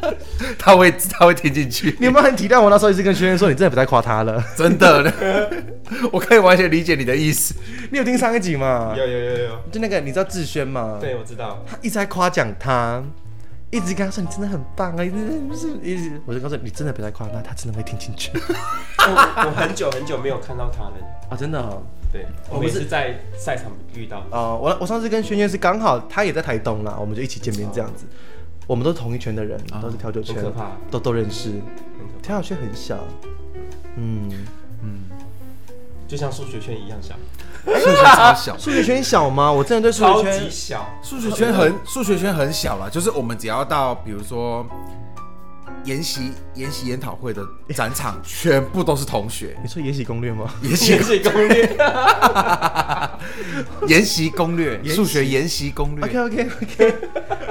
S1: 他，他会他会听进去，
S2: 你有没有很体谅我那时候一直跟学员说，你真的不要再夸他了？
S1: 真的， 我可以完全理解你的意思。
S2: 你有听上一集吗？
S3: 有有有有有，
S2: 就那个你知道志轩吗？，
S3: 对我知 道，
S2: 他一直在夸奖他，一直跟他说你真的很棒啊，你真的是一直，我就告诉你，你真的别再夸他，他真的会听进去
S3: 我我很久很久没有看到他了。
S2: 啊，真的哦。
S3: 对，
S2: 我
S3: 我们
S2: 不是
S3: 是在赛场遇到的，
S2: 呃，我我上次跟轩轩是刚好他也在台东啦，我们就一起见面这样子，我们都同一圈的人，都是调酒圈
S3: 很可怕，
S2: 都都认识，
S3: 很可
S2: 调酒圈很小，嗯，
S3: 怕就像数学圈一样小，
S1: 数学超小，
S2: 数学圈小吗？我真的对数
S3: 超
S2: 学圈
S3: 级小。
S1: 数学圈很数学圈很小啦，就是我们只要到比如说研习研习研讨会的展场，全部都是同 学。
S2: 你说《延禧攻略》 吗？
S1: 研习
S3: 也是攻 略，
S1: 研习攻略，
S2: 研习
S1: 数学研习攻
S2: OK
S1: 略，
S2: OK OK，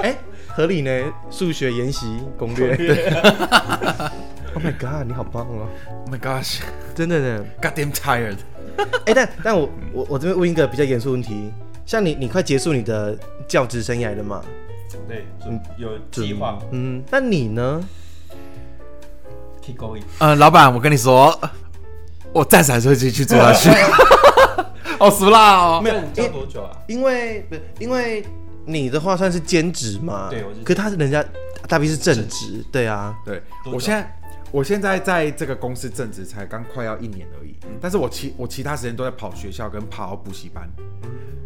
S2: 哎、合理呢，数学研习攻 略。对 Oh my god，你好棒哦！
S1: Oh my gosh,
S2: 真的呢。
S1: goddamn tired。
S2: 哎、但但我我我这边问一个比较严肃问题，像你你快结束你的教职生涯了嘛？
S3: 对，准有计划
S2: 嗯，那你呢？
S3: ，keep going。
S1: 呃，老板，我跟你说，我暂时还是会继续做下去。好俗辣 哦！
S3: 那你教多久啊？
S2: 因为不是因为你的话算是兼职嘛，
S3: 对我是
S2: 可他是人家大 B 是正职，对啊，
S1: 对，
S3: 多久
S1: 我现在我现在在这个公司正职才刚快要一年而已，但是我其我其他时间都在跑学校跟跑补习班，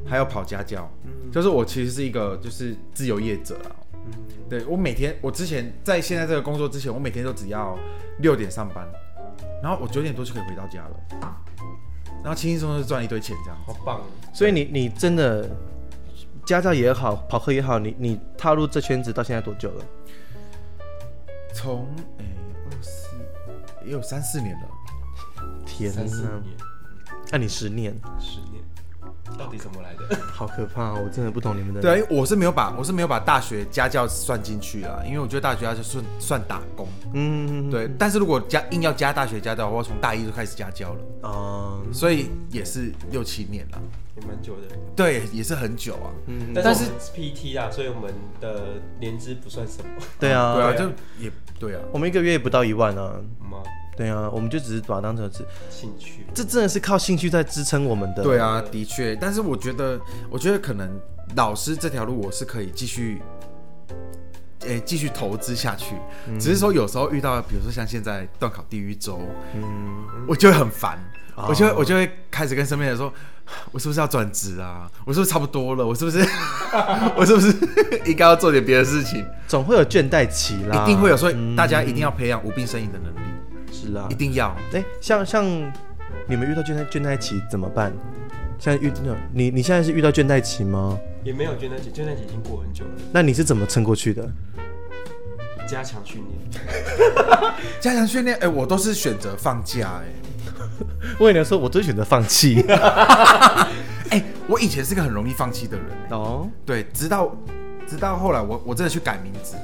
S1: 还有跑家教，就是我其实是一个就是自由业者啊。
S3: 嗯
S1: 对我每天，我之前在现在这个工作之前，我每天都只要六点上班，然后我九点多就可以回到家了，然后轻轻松松就赚一堆钱这样。
S3: 好棒哦！
S2: 所以你你真的家教也好，跑课也好，你你踏入这圈子到现在多久了？
S1: 从诶二四也有三四年了，
S2: 天
S3: 三四
S2: 哪！
S3: 年，
S2: 那你十年，
S3: 十年，到底怎么来的？
S2: 好可怕、哦！我真的不懂你们的。
S1: 对啊，因为我是没有把我是没有把大学家教算进去啊，因为我觉得大学家教算算打工。
S2: 嗯，嗯，
S1: 对，但是如果加硬要加大学家教，我要从大一就开始家教了，
S2: 哦、
S1: 所以也是六七年了。
S3: 也蛮久的，
S1: 对，也是很久啊。
S2: 嗯，
S3: 但是我们是 PT 啊，所以我们的年资不算什么
S2: 对啊，
S1: 对啊，
S3: 对啊
S1: 就也对啊。
S2: 我们一个月也不到一万啊，
S3: 嘛，
S2: 对啊，我们就只是把它当成是，
S3: 兴趣
S2: 这真的是靠兴趣在支撑我们的。
S1: 对啊，的确，但是我觉得，我觉得可能老师这条路我是可以继续，诶、继续投资下去。
S2: 嗯
S1: 只是说有时候遇到，比如说像现在断考地狱周，嗯，我就会很烦，
S2: 啊
S1: 我就会我就会开始跟身边人说，我是不是要转职啊？我是不是差不多了？我是不是 我是不是 应该要做点别的事情？
S2: 总会有倦怠期啦，
S1: 一定会有，所以大家一定要培养无病呻吟的能力，
S2: 是嗯啊
S1: 一。定要。
S2: 哎、像像你们遇到倦怠倦怠期怎么办？现在遇那你你现在是遇到倦怠期吗？
S3: 也没有倦怠期，倦怠期已经过很久了，
S2: 那你是怎么撑过去的？
S3: 加强训练。
S1: 加强训练，哎、我都是选择放假、哎。
S2: 我跟你说，我都选择放弃。
S1: 哎、我以前是个很容易放弃的人、欸，
S2: 哦，
S1: 对，直到直到后来我，我真的去改名字，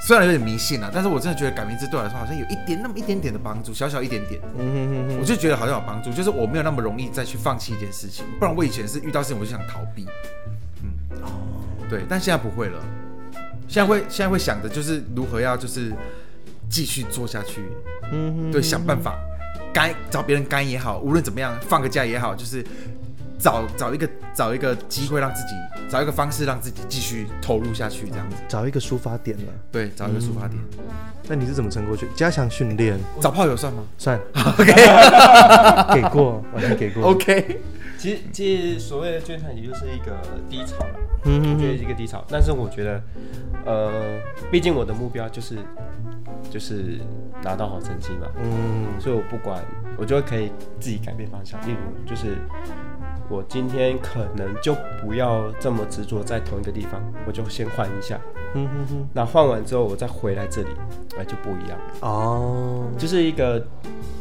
S1: 虽然有点迷信啊，但是我真的觉得改名字对我来说好像有一点那么一点点的帮助，小小一点点，
S2: 嗯哼哼
S1: 我就觉得好像有帮助，就是我没有那么容易再去放弃一件事情，不然我以前是遇到事情我就想逃避，嗯，哦，对，但现在不会了，现在会现在会想着就是如何要就是继续做下去，
S2: 嗯哼，
S1: 对，想办法干找别人干也好，无论怎么样放个假也好，就是找找一个找一个机会让自己找一个方式让自己继续投入下去，这样子。
S2: 找一个抒发点了。
S1: 对，找一个出发点。
S4: 嗯
S2: 那你是怎么撑过去？加强训练
S1: 找炮友算吗
S2: 算给过，完全给过。
S1: ？OK，
S3: 其实，其实所谓的倦怠期就是一个低潮了，
S2: 嗯哼
S3: 我觉得是一个低潮。但是我觉得，呃，毕竟我的目标就是就是拿到好成绩嘛，
S2: 嗯，
S3: 所以我不管，我就可以自己改变方向。例如，就是我今天可能就不要这么执着在同一个地方，我就先换一下。
S2: 嗯哼哼，
S3: 那换完之后，我再回来这里，哎，就不一样，
S2: 哦，
S3: 就是一个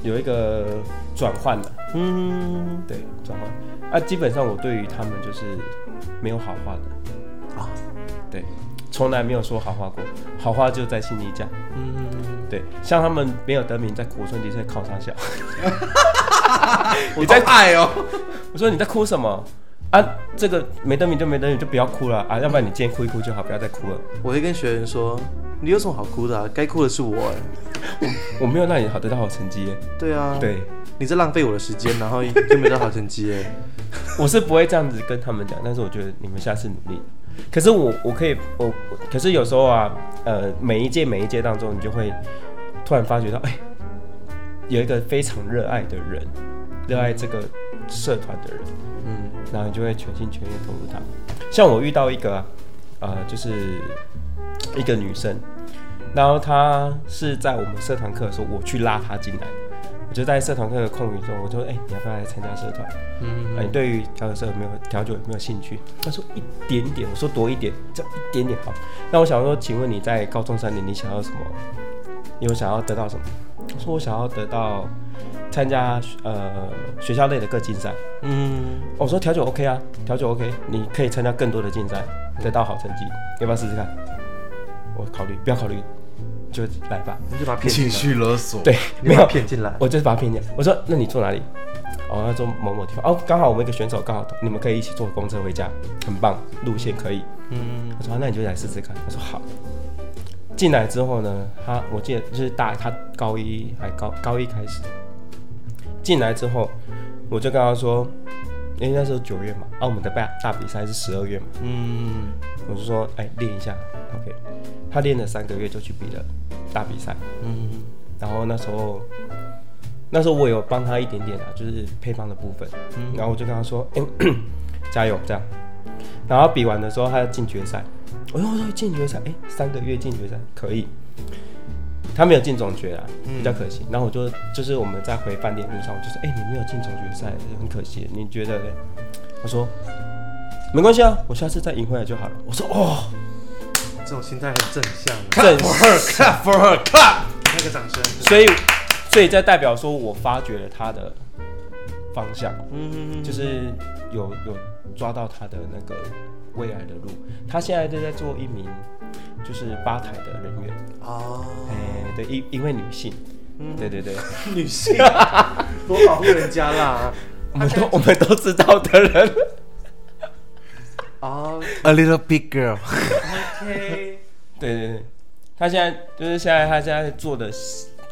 S3: 有一个转换的，
S2: 嗯，
S3: 对，转换。啊，基本上我对于他们就是没有好话的
S2: 啊，
S3: 对，从来没有说好话过，好话就在心里讲。
S2: 嗯，
S3: 对，像他们没有得名，在国春的确靠他笑。
S1: 你在爱哦。
S3: 我说你在哭什么？啊，这个没得名就没得名，就不要哭了啊！要不然你今天哭一哭就好，不要再哭了。
S2: 我会跟学员说，你有什么好哭的、啊？该哭的是我、哎，
S3: 我没有让你好得到好成绩耶。
S2: 对啊，
S3: 对，
S2: 你在浪费我的时间，然后又没得好成绩、哎，
S3: 我是不会这样子跟他们讲，但是我觉得你们下次努力。可是我我可以我，我可是有时候啊，呃，每一届每一届当中，你就会突然发觉到，哎、有一个非常热爱的人，热爱这个社团的人，
S2: 嗯，
S3: 然后你就会全心全意地投入他。像我遇到一个啊，呃，就是一个女生，然后她是在我们社团课的时候，我去拉她进来。我就在社团课的空余中，我就说：“哎、你要不要来参加社团？嗯，哎、你对于调酒社有没有调酒有没有兴趣？”她说：“一点点。”我说：“多一点，这样一点点好。”那我想说，请问你在高中三年，你想要什么？你有想要得到什么？我说：“我想要得到参加呃学校类的各竞赛。”
S2: 嗯，
S3: 哦我说调酒 OK 啊，调酒 OK，你可以参加更多的竞赛，得到好成绩，要不要试试看？我考虑，不要考虑，就来吧。
S2: 你就把他骗
S1: 情
S2: 进来，
S1: 绪勒索。
S3: 对，
S2: 你
S3: 没
S2: 把
S3: 有
S2: 他，骗进来，
S3: 我就是把他骗进来。我说那你住哪里？哦，他说某某地方。哦，刚好我们一个选手刚好，你们可以一起坐公车回家，很棒，路线可以。
S2: 嗯
S3: 我说、啊那你就来试试看。我说好。进来之后呢，他我记得就是大他高一还高高一开始，进来之后我就跟他说，因为那时候九月嘛，啊我们的大大比赛是十二月嘛，
S2: 嗯，
S3: 我就说哎练一下，OK，他练了三个月就去比了大比赛，
S2: 嗯，
S3: 然后那时候，那时候我有帮他一点点啊，就是配方的部分，然后我就跟他说，哎、 加油这样。然后比完的时哦候，他进决赛，我说我说进决赛，哎、三个月进决赛可以。他没有进总决啊，比较可惜。然后我就就是我们在回饭店路上，我就说：“哎、你没有进总决赛，很可惜。你觉得嘞？”他说：“没关系啊，我下次再赢回来就好了。”我说：“哦，
S4: 这种心态很正向啊，
S3: 正
S1: for her, clap for her, clap。
S4: 那个掌声。
S3: 所以所以这代表说我发掘了他的方向，
S4: 嗯，
S3: 就是有有抓到他的那个未来的路。他现在就在做一名就是吧台的人员，
S4: 哦，
S3: 哎、对，一一位女性，
S2: 嗯
S3: 对对对。”
S4: 女性多保护人家啦。
S3: 我们都我们都知道 的人，
S4: 哦
S1: A little big girl。
S4: ，OK，
S3: 对对对，他现在就是现在他现在做的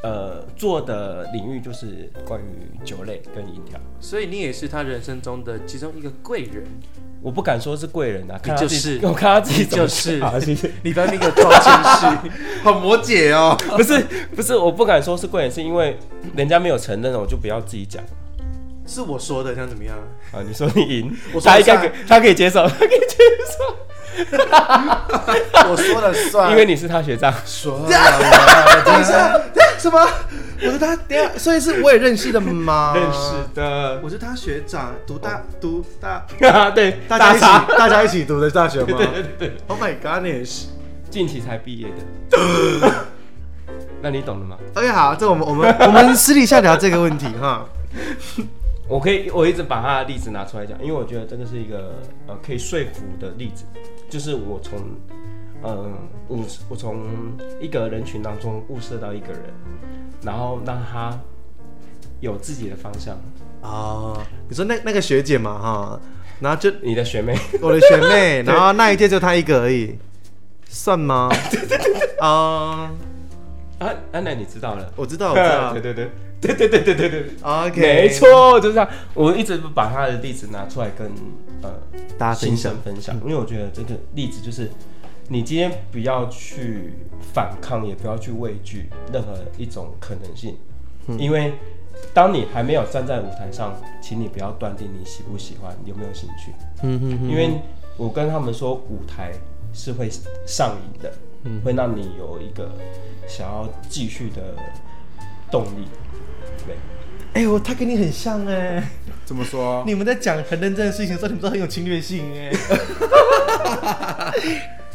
S3: 呃做的领域就是关于酒类跟饮料，
S2: 所以你也是他人生中的其中一个贵人，
S3: 我不敢说是贵人啊，看他
S2: 就
S3: 自
S2: 是
S3: 己 我看他自己怎么
S2: 就是
S3: 想啊谢谢
S2: 你不要那个装谦虚。
S1: 好摩羯哦。
S3: 不是不是，我不敢说是贵人，是因为人家没有承认，我就不要自己讲
S4: 是我说的，想怎么样？
S3: 啊。你说你赢
S4: 我，说
S3: 他
S4: 我
S3: 应该
S4: 下
S3: 可他可以接受，他可以接
S4: 我说了
S3: 受，
S4: 算，
S3: 因为你是他学长，
S4: 说了算。什么？我是他，等一下，所以是我也认识 的吗？
S3: 认识的，
S4: 我是他学长，读大读大，
S3: 对，
S4: 大家一起
S3: 傻
S4: 大家一起读的大 学吗？对对对 Oh my god，你也是。
S3: 近期才毕业的， 那你懂了吗？
S4: OK，好，这我们我们我们私底下聊这个问题哈。
S3: 我可以，我一直把他的例子拿出来讲，因为我觉得这个是一个呃可以说服的例子，就是我从嗯我我从一个人群当中物色到一个人，然后让他有自己的方向。
S4: 哦，你说那那个学姐嘛哈，然后就
S3: 你的学妹，
S4: 我的学妹，然后那一届就她一个而已，算吗？啊，
S3: 啊，安娜你知道了，
S4: 我知道，我知道
S3: 对。对对对对对对对对。
S4: OK，
S3: 没，错，就是这样。我一直把他的例子拿出来跟呃
S4: 大家
S3: 新
S4: 分享
S3: 生。分享，因为我觉得这个例子就是，你今天不要去反抗，也不要去畏惧任何一种可能性，
S4: 嗯
S3: 因为当你还没有站在舞台上，请你不要断定你喜不喜欢，有没有兴趣，
S4: 嗯哼
S3: 因为我跟他们说，舞台是会上瘾的，
S4: 嗯
S3: 会让你有一个想要继续的动力。对，
S4: 哎，我她跟你很像哎，
S1: 怎么说？
S4: 你们在讲很认真的事情的时候，你们都很有侵略性 哎。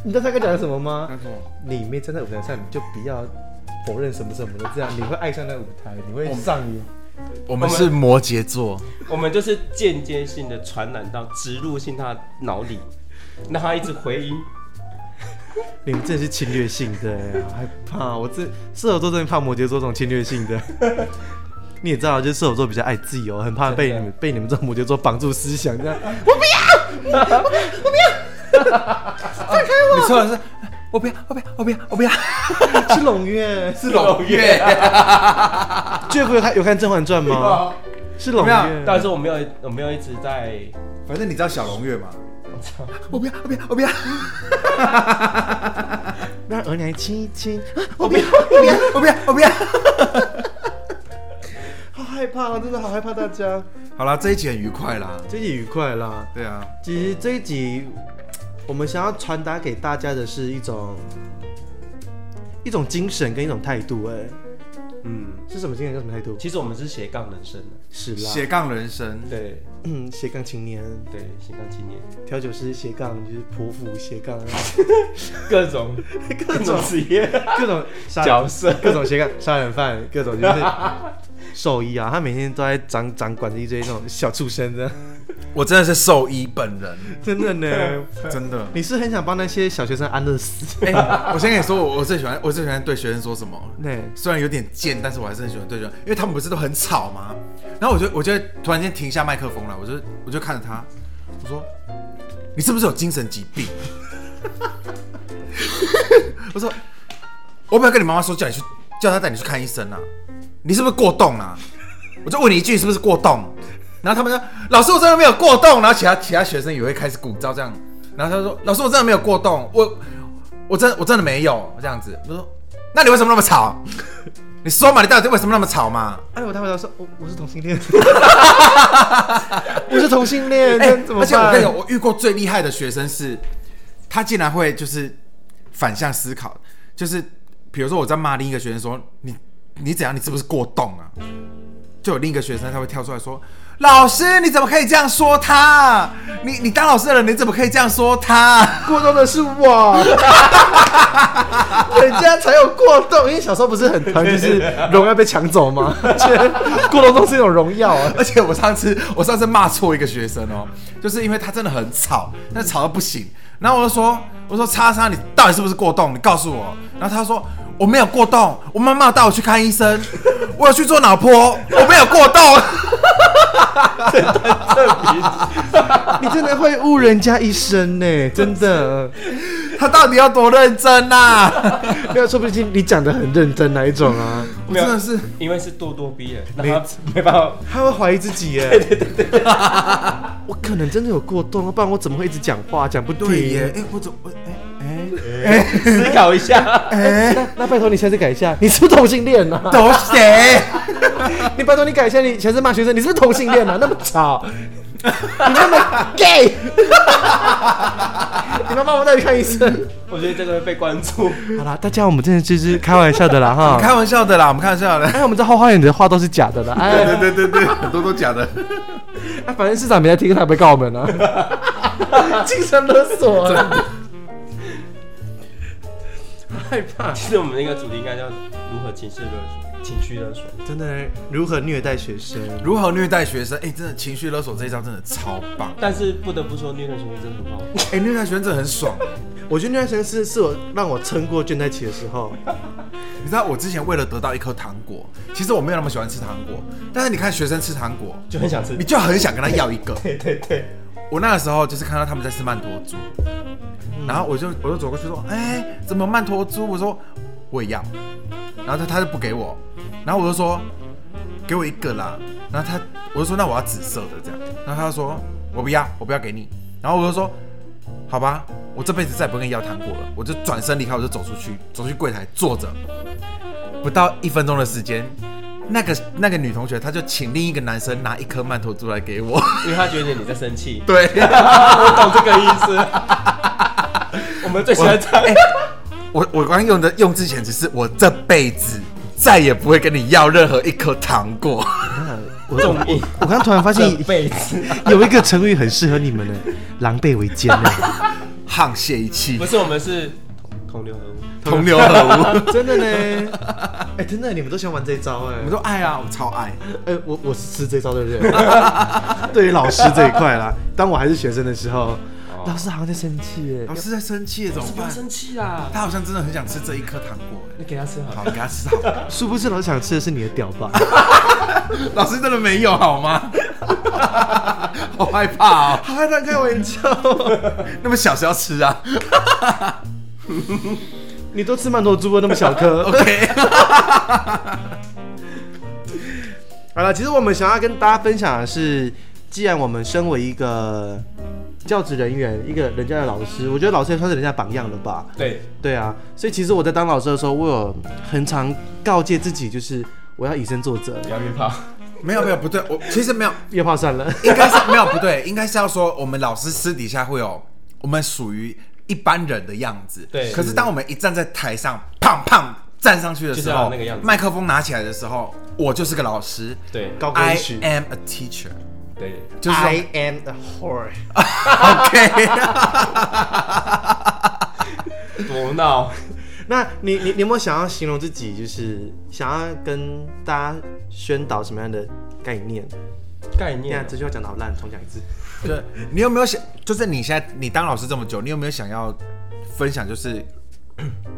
S4: 你知道她该讲的什么吗？
S1: 那什么？
S4: 你没站在舞台上，你就不要否认什么什么的，这样你会爱上那舞台，你会上瘾。
S1: 我们是摩羯座，
S3: 我们就是间接性的传染到植入性他脑里，让他一直回音。
S4: 你们真的是侵略性的呀、害怕我这射手座真的怕摩羯座这种侵略性的。 你也知道，就是射手座比较爱自由，很怕被你们被你们这种摩羯座绑住思想，这样
S1: 你说的是我不要，我不要，我不要，我不要，
S4: 是胧月。
S1: 是胧月。
S4: 最后有看有啊看《甄嬛传》吗？ 是胧
S1: 有没
S4: 月。
S3: 但是我没有，我没有一直在，
S1: 反正你知道小胧月 嘛？
S3: 我操，
S1: 我不要，我不要，我不要，
S4: 让额娘亲亲，啊
S1: 我不要，我不要，我不要，我不要。
S4: 好害怕哦，真的好害怕大家。
S1: 好啦，这一集很愉快啦。
S4: 这一集愉快啦。
S1: 对啊，
S4: 其实这一集，我们想要传达给大家的是一种一种精神跟一种态度、哎，
S3: 嗯，
S4: 是什么精神跟什么态度？
S3: 其实我们是斜杠人生的，
S4: 是啦，
S1: 斜杠人生。
S3: 对
S4: 嗯，斜杠青年，
S3: 对，斜杠青年，
S4: 调酒师斜杠就是泼妇斜杠，
S3: 各种各种职业
S4: 各种杀人
S3: 角色，
S4: 各种斜杠杀人犯，各种就是兽医啊，他每天都在掌掌管着一堆那种小畜生的，
S1: 我真的是兽医本人，
S4: 真 的呢。
S1: 真 的。
S4: 你是很想帮那些小学生安乐死？
S1: 哎、我先跟你说，我我最喜欢我最喜欢对学生说什么。
S4: 对，
S1: 虽然有点贱，但是我还是很喜欢对学生，因为他们不是都很吵吗？然后我就我就突然间停下麦克风了，我就我就看着他，我说：“你是不是有精神疾病？” 我说：“我有没有跟你妈妈说叫你去叫她带你去看医生啊？你是不是过动啊？”我就问你一句，是不是过动？然后他们说：“老师，我真的没有过动。”然后其他其他学生也会开始鼓噪这样。然后他说：“老师，我真的没有过动，我我真我真的没有这样子。”我说：“那你为什么那么吵？ 你说嘛，你到底为什么那么吵嘛？”
S4: 哎，我他们说，我我是同 性恋， 我是同性恋，
S1: 哎、
S4: 那怎么
S1: 而且我
S4: 办
S1: 跟你？讲，我遇过最厉害的学生是，他竟然会就是反向思考，就是比如说我在骂另一个学生说你你怎样，你是不是过动啊？就有另一个学生他会跳出来说，老师你怎么可以这样说他？你你当老师的人你怎么可以这样说他？
S4: 过动的是 我，人家才有过动，因为小时候不是很 疼，就是荣耀被抢走 吗？觉得过动都是一种荣耀啊。
S1: 而且我上次我上次骂错一个学生哦，就是因为他真的很吵，但吵到不行。然后我就说，我说叉叉，你到底是不是过动？你告诉我。然后他说我没有过动，我妈妈带我去看医生，我有去做脑波，我没有过动。
S4: 你真的会误人家一生呢，真的。
S1: 他到底要多认真呐、
S4: 没有，说不定你讲的很认真那一种啊，
S1: 我真的是，
S3: 因为是咄咄逼人，那他没办法，
S4: 他会怀疑自己耶。对对对 我可能真的有过动，啊不然我怎么会一直讲话讲不停？
S1: 对耶，哎、我怎么，哎哎
S3: 思考一下。
S4: 那那拜托你下次改一下，你是不是同性恋啊
S1: 哎，？都谁？
S4: 你拜托你改一下，你下次骂学生，你是不是同性恋啊？那 么吵，你那么 gay，你妈妈我带你看医生。
S3: 我觉得这个会被关注，
S4: 好啦，大家我们真的就是开玩笑的啦哈。
S1: 开玩笑的啦，我们开玩笑的。
S4: 哎，我们这后花园里的话都是假的啦。哎，
S1: 对对对对，很多都假的，
S4: 啊反正市长没在听，他也不会告我们啊。 精神勒索啊！害怕，
S3: 其实我们那个主题应该叫如何情绪勒索，情绪勒索。
S4: 真的如何虐待学生？
S1: 如何虐待学生？哎、真的情绪勒索这一招真的超棒，
S3: 但是不得不说，虐待情绪真的很好玩。
S1: 哎、虐待学生真的很爽。
S4: 我觉得虐待学生是是我让我撑过倦怠期的时 候。
S1: 你知道我之前为了得到一颗糖果，其实我没有那么喜欢吃糖果，但是你看学生吃糖果，
S3: 就很想吃
S1: 你。就很想跟他要一个。
S3: 对对对，
S1: 我那个时候就是看到他们在吃曼陀珠，然后我就我就走过去说，哎、怎么曼陀珠？我说我也要，然后他他就不给我，然后我就说给我一个啦，然后他我就说那我要紫色的这样，然后他就说我不要，我不要给你，然后我就说好吧，我这辈子再也不跟你要糖果了，我就转身离开，我就走出去，走去柜台坐着，不到一分钟的时间。那个那个女同学，她就请另一个男生拿一颗曼陀珠来给我。。
S3: 因为他觉得你在生气
S1: 对，
S3: 我懂这个意思。我们最喜
S1: 我
S3: 欢这样。
S1: 哎我我刚用的用之前只是我这辈子再也不会跟你要任何一颗糖果。
S4: 我
S3: 重音
S4: 我刚突然发现
S3: 这辈子
S4: 有一个成语很适合你们呢，狼狈为奸啊呢。
S1: 沆瀣一气
S3: 不，是我们是同流合污，
S1: 同流合污。
S4: 真的呢，哎、真的，你们都喜欢玩这一招哎、
S1: 我们说爱啊，我超爱。
S4: 哎、我我是吃这招对 不对？对于老师这一块啦，当我还是学生的时候，老师好像在生气
S1: 老
S4: 哎，
S1: 师在生气怎么办？
S3: 气啦。
S1: 他好像真的很想吃这一颗糖果。欸
S3: 你给他吃好了。
S1: 好，给他吃好了。
S4: 殊不知老师想吃的是你的屌 吧？
S1: 老师真的没有好吗？ 好害怕哦，
S4: 他在开玩 笑，
S1: 那么小谁要吃啊
S4: 你都吃馒头猪了，那么小 颗。
S1: ？OK，
S4: 好了，其实我们想要跟大家分享的是，既然我们身为一个教职人员，一个人家的老师，我觉得老师也算是人家榜样了吧？
S3: 对，
S4: 对啊，所以其实我在当老师的时候，我有很常告诫自己，就是我要以身作则，
S3: 不要约炮。
S1: 没有没有不对，我其实没有，
S4: 约炮算了。
S1: 应该是没有不对，应该是要说我们老师私底下会有我们属于一般人的样子。
S3: 对
S1: 可是当我们一站在台上，胖胖站上去的时
S3: 就是要
S1: 候，
S3: 那个样子
S1: 麦克风拿起来的时候，我就是个老师。
S3: 对
S4: 高跟
S1: I
S4: 鞋
S1: am a teacher，
S3: 对，
S1: 就是
S4: am a whore。
S1: OK。
S3: 多闹。
S4: 那你你你有没有想要形容自己，就是想要跟大家宣导什么样的概念？
S3: 概
S4: 你
S3: 念
S4: 看这句话讲的好烂，重讲一次。
S1: 对，你有没有想，就是你现在你当老师这么久，你有没有想要分享，就是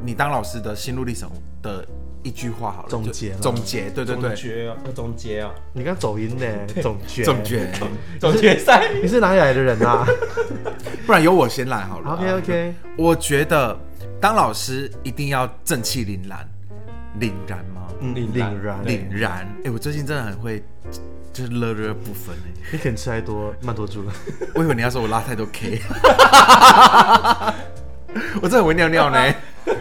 S1: 你当老师的心路历程的一句话好了，
S4: 总
S1: 就
S4: 结吗
S1: 总结，对对
S3: 总
S1: 对，
S3: 决哦，要总结哦，
S4: 你刚走音呢，总结
S1: 总。结，
S3: 总决赛。
S4: 你是哪里来的人 啊
S1: 不然由我先来好了。
S4: ？OK OK，
S1: 我觉得当老师一定要正气凛然，凛然吗？
S4: 嗯，
S3: 凛
S4: 凛
S3: 然
S4: 然，
S3: 对
S1: 凛然。哎、我最近真的很会，就是乐乐不分哎、
S4: 你可能吃太多曼陀珠了。
S1: 我以为你要说我拉太多 K，我真的很会尿尿 呢。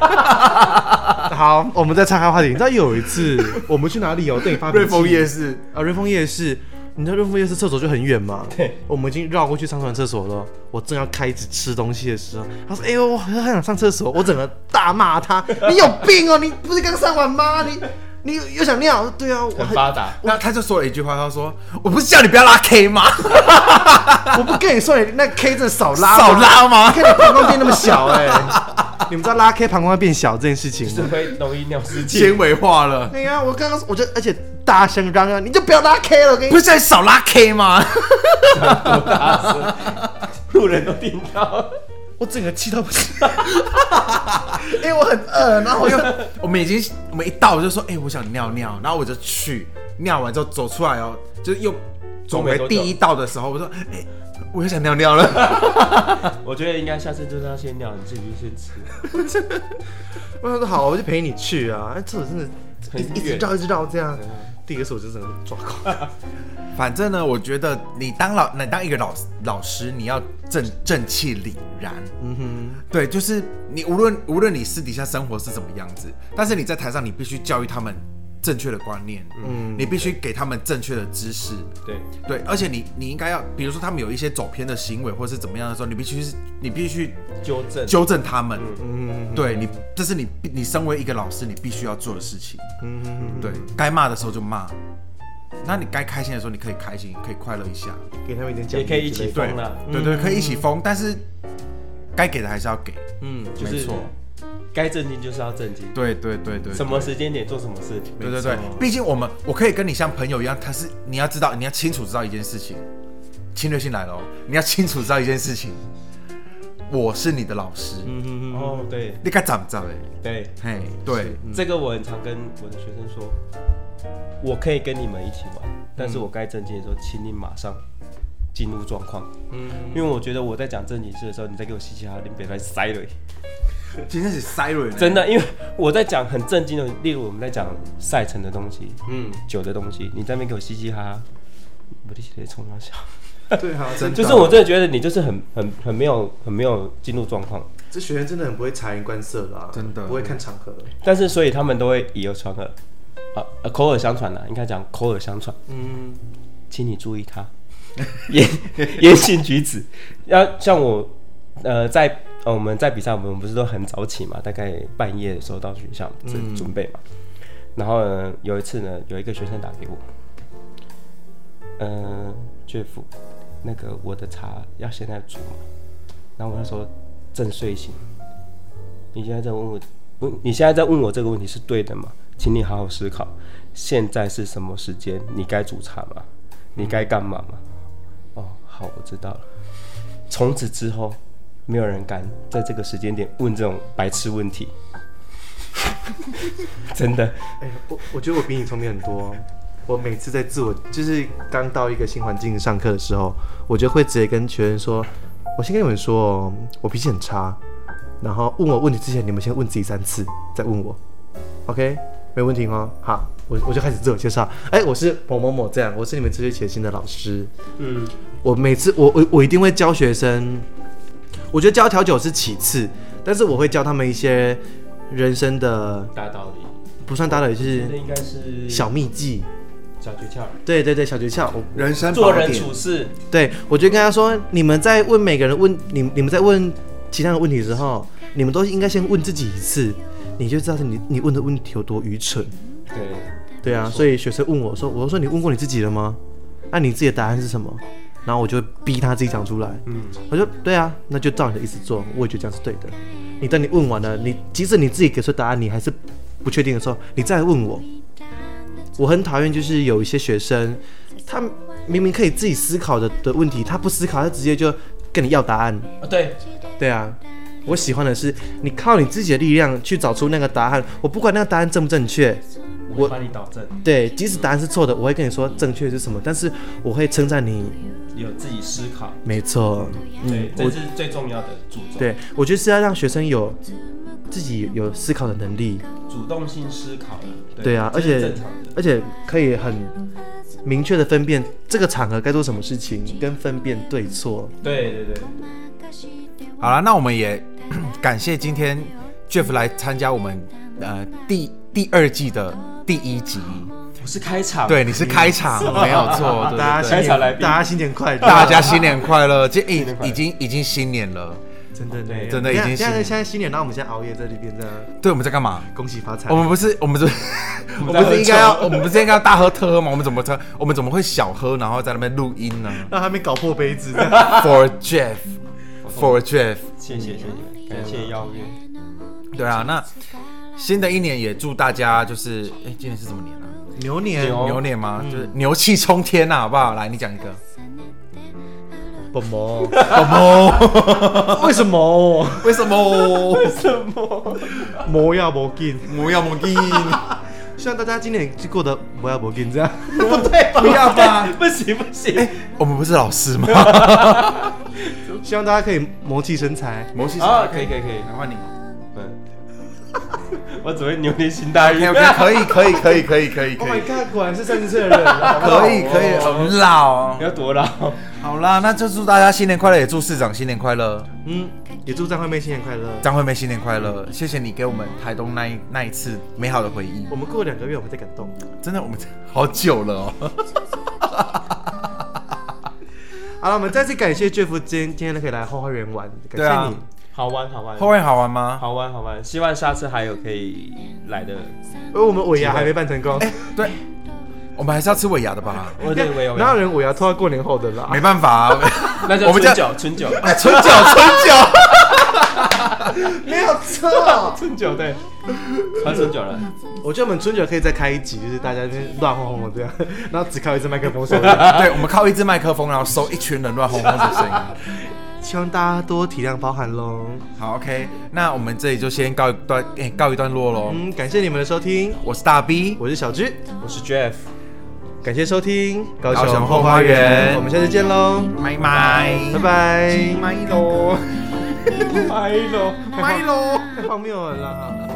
S4: 好， 我们再岔开话题。你知道有一次我们去哪里哦？对你发脾气
S1: 瑞丰夜市，
S4: 啊，瑞丰夜市，你知道润肤夜市厕所就很远嘛，
S3: 对，
S4: 我们已经绕过去上传厕所了。我正要开始吃东西的时候，他说：“哎、呦，我很想上厕所。”我整个大骂他：“你有病哦！你不是刚上完吗？你你又想尿？”我说对啊，我
S3: 很发达。
S1: 那他就说了一句话，他说：“我不是叫你不要拉 K 吗？
S4: 我不跟你说，你那 K 真的少拉
S1: 少拉 吗
S4: 看你膀胱变那么小哎、你们知道拉 K 膀胱会变小这件事情
S3: 是
S4: 吗？
S3: 会容易尿失禁。
S1: 纤维化了，
S4: 对啊，我刚刚我就而且大声嚷嚷，你就不要拉 K 了，我跟你
S1: 不是叫你少拉 K 吗？
S3: 路人都听到，
S4: 我整个气到不行， 因为我很饿，然后我又
S1: 我们已经我们一到我就说，哎、我想尿尿，然后我就去尿完之后走出来哦，就是又走回第一道的时候，我说，哎、我又想尿尿了，
S3: 我觉得应该下次就是要先尿，你自己去吃。
S4: 我说好，我就陪你去啊。哎，厕所真的
S3: 很
S4: 一一直
S3: 远嗯
S4: 绕一直绕这样，第一个是我就整个抓 狂。
S1: 反正呢，我觉得你当老，你当一个老老师，你要正正气凛然。嗯哼，对，就是你无论无论你私底下生活是怎么样子，但是你在台上，你必须教育他们正确的观念，嗯，你必须给他们正确的知识，
S3: 对，
S1: 对，而且你你应该要，比如说他们有一些走偏的行为或是怎么样的时候，你必须是，你必须
S3: 纠正。
S1: 纠正他们。嗯，对你，这是你你身为一个老师，你必须要做的事情。嗯，对，该骂的时候就骂，那你该开心的时候，你可以开心，可以快乐一下。
S4: 给他们一点奖
S3: 也
S4: 励之类的，
S3: 可以一起疯了，
S1: 对对，可以一起疯，但是该给的还是要给。
S4: 嗯，
S3: 就是
S1: 没错，
S3: 该正经就是要正经，
S1: 对对对对，
S3: 什么时间点做什么事。
S1: 对对对，毕竟我们我可以跟你像朋友一样，他是你要知道，你要清楚知道一件事情，侵略性来了哦，你要清楚知道一件事情，我是你的老师，
S3: 哦，对
S1: 你该长不长哎？
S3: 对，
S1: 嘿，对，
S3: 这个我很常跟我的学生说，我可以跟你们一起玩，但是我该正经的时候，请你马上进入状况。嗯，因为我觉得我在讲正经事的时候，你在给我嘻嘻哈哈，你别来塞了。
S1: 今天是 Siren，欸
S3: 真的，因为我在讲很正经的，例如我们在讲赛程的东西，嗯，酒的东西，你在那边给我嘻嘻哈哈，我的在冲他笑。
S4: 对哈，
S1: 真
S3: 就是我嗯真的觉得你就是很很很没有很没有进入状况，
S4: 这学员真的很不会察言观色啦，
S1: 真的
S4: 不会看场合。
S3: 但是所以他们都会以讹传讹，啊、呃口耳相传啦，应该讲口耳相传。嗯，请你注意他 言 言行举止。要像我呃在呃我们在比赛，我们不是都很早起嘛，大概半夜的时候到学校准准备嘛。然后呢，有一次呢，有一个学生打给我，嗯、呃、，Jeff，那个我的茶要现在煮吗？然后我那时候正睡醒，你现在在问我，问你现在在问我这个问题是对的吗？请你好好思考，现在是什么时间？你该煮茶吗？你该干嘛吗？哦，好，我知道了。从此之后，没有人敢在这个时间点问这种白痴问题。 真的，
S4: 哎，我我觉得我比你聪明很多。我每次在自我就是刚到一个新环境上课的时候，我就会直接跟学员说：“我先跟你们说哦，我脾气很差。然后问我问题之前，你们先问自己三次，再问我。OK，没问题哦。好，我我就开始自我介绍。哎，我是某某某，这样，我是你们这学期的新的老师。
S3: 嗯，
S4: 我每次我我我一定会教学生，我觉得教调酒是其次，但是我会教他们一些人生的
S3: 大道理。
S4: 不算大道理，就
S3: 觉
S4: 是
S3: 得应该是
S4: 小秘技。
S3: 小诀窍，
S4: 对对对，小诀窍。我
S1: 人生宝
S3: 做人
S1: 典，
S3: 处事，
S4: 对我就跟他说，你们在问每个人问你你们在问其他的问题的时候，你们都应该先问自己一次，你就知道你你问的问题有多愚蠢。
S3: 对，
S4: 对啊，所以学生问我说，我就说你问过你自己了吗？那、你自己的答案是什么？然后我就逼他自己讲出来。嗯，我就对啊，那就照你的意思做，我也觉得这样是对的。你等你问完了，你即使你自己给出答案，你还是不确定的时候，你再来问我。我很讨厌就是有一些学生，他明明可以自己思考的的问题，他不思考，他直接就跟你要答案。
S3: 啊对，
S4: 对啊，我喜欢的是你靠你自己的力量去找出那个答案，我不管那个答案正不正确，
S3: 我帮你导正，
S4: 对，即使答案是错的，我会跟你说正确是什么，但是我会称赞你，
S3: 有自己思考，
S4: 没错，
S3: 对，
S4: 我
S3: 这是最重要的主轴。
S4: 对我觉得是要让学生有自己有思考的能力，
S3: 主动性思考了。
S4: 对啊，
S3: 这
S4: 而
S3: 是
S4: 且
S3: 正常的。
S4: 而且可以很明确的分辨这个场合该做什么事情，跟分辨对错。
S3: 对对对，
S1: 好了，那我们也 感谢今天 Jeff 来参加我们呃第第二季的第一集。
S3: 是开场，
S1: 对，你是开场，没有错，哦对
S4: 啊大家
S1: 对
S4: 新
S1: 对
S3: 开场来
S4: 年，
S3: 宾
S4: 大家新年快乐！
S1: 大家新年快乐！这已
S3: 新年快乐
S1: 已经已经新年了，
S4: 真的
S3: 对
S1: 真的已经新
S4: 现在
S1: 年
S4: 现。在新年，然后我们现在熬夜在这边这样，
S1: 对，我们在干嘛？
S4: 恭喜发财
S1: 我。们不是我们是，我
S3: 我
S1: 们
S3: 们在
S1: 不
S3: 喝
S1: 是
S3: 酒
S1: 应该要我们不是应该要大喝特喝吗？我们怎么喝？我们怎么会小喝然后在那边录音呢
S4: 让他们搞破杯子 这样。
S1: ？For
S3: 哦
S1: Jeff，For Jeff，
S3: 谢谢谢谢，感谢邀约。
S1: 对啊，那新的一年也祝大家就是，哎、今年是什么年啊？
S4: 牛年，
S3: 牛
S1: 牛年吗？
S3: 嗯
S1: 就是牛气冲天呐、好不好？来，你讲一个。
S4: 宝 宝，宝 宝，为什么？
S1: 为什 么？
S4: 魔要魔进，
S1: 不要 蒙
S4: 希望大家今年就过得魔要魔进这样。
S1: 不要吧？
S3: 不行不行，
S1: 我们不是老 师吗？
S4: 希望大家可以磨气身材。
S1: 魔气
S3: 啊，可以可以可以，
S1: 来换你。
S3: 嗯，我只会牛年行大运
S1: OK。OK，可以可以可以可以可以
S4: Oh
S1: 可
S4: my
S1: 以
S4: god，果然是三十岁的人啊。
S1: 可以可以，很老
S3: 哦你。要多老？
S1: 好啦，那就祝大家新年快乐，也祝市长新年快乐，
S4: 嗯，也祝张惠妹新年快乐。
S1: 张惠妹新年快乐。谢谢你给我们台东那一那一次美好的回忆
S4: 我，们过两个月我们再感动。
S1: 真的我们好久了哦。
S4: 好了，我们再次感谢 Jeff 今天都可以来后花园玩，
S1: 对啊
S4: 感谢你。
S3: 好玩好玩，
S1: 后面好玩吗？
S3: 好玩好玩，希望下次还有可以来的。
S4: 而我们尾牙还没办成功，
S1: 对，我们还是要吃尾牙的吧？
S3: 我对我有，
S4: 哪有人尾牙拖到过年后的啦？
S1: 没办法、 啊，
S3: 那就
S1: 我们
S3: 春
S1: 叫
S3: 酒春 酒
S1: 春酒春酒。
S4: 没有错。
S3: 哦春酒 对，喝春酒了。
S4: 我觉得我们春酒可以再开一集，就是大家这边乱哄哄的这 样，然后只靠一支麦克风收 音。
S1: 对，我们靠一支麦克风，然后收一群人乱哄哄的声音。
S4: 希望大家多体谅包涵喽。
S1: 好，OK，那我们这里就先告一段，哎、告一段落喽。
S4: 嗯，感谢你们的收听，
S1: 我是大 B，
S4: 我是小芝，
S3: 我是 Jeff，
S4: 感谢收听高
S1: 高雄后花园
S4: 我们下次见喽，
S1: 拜拜，
S4: 拜拜。
S1: 拜喽，
S3: 拜喽。
S1: 拜喽。
S4: 太荒谬了啦！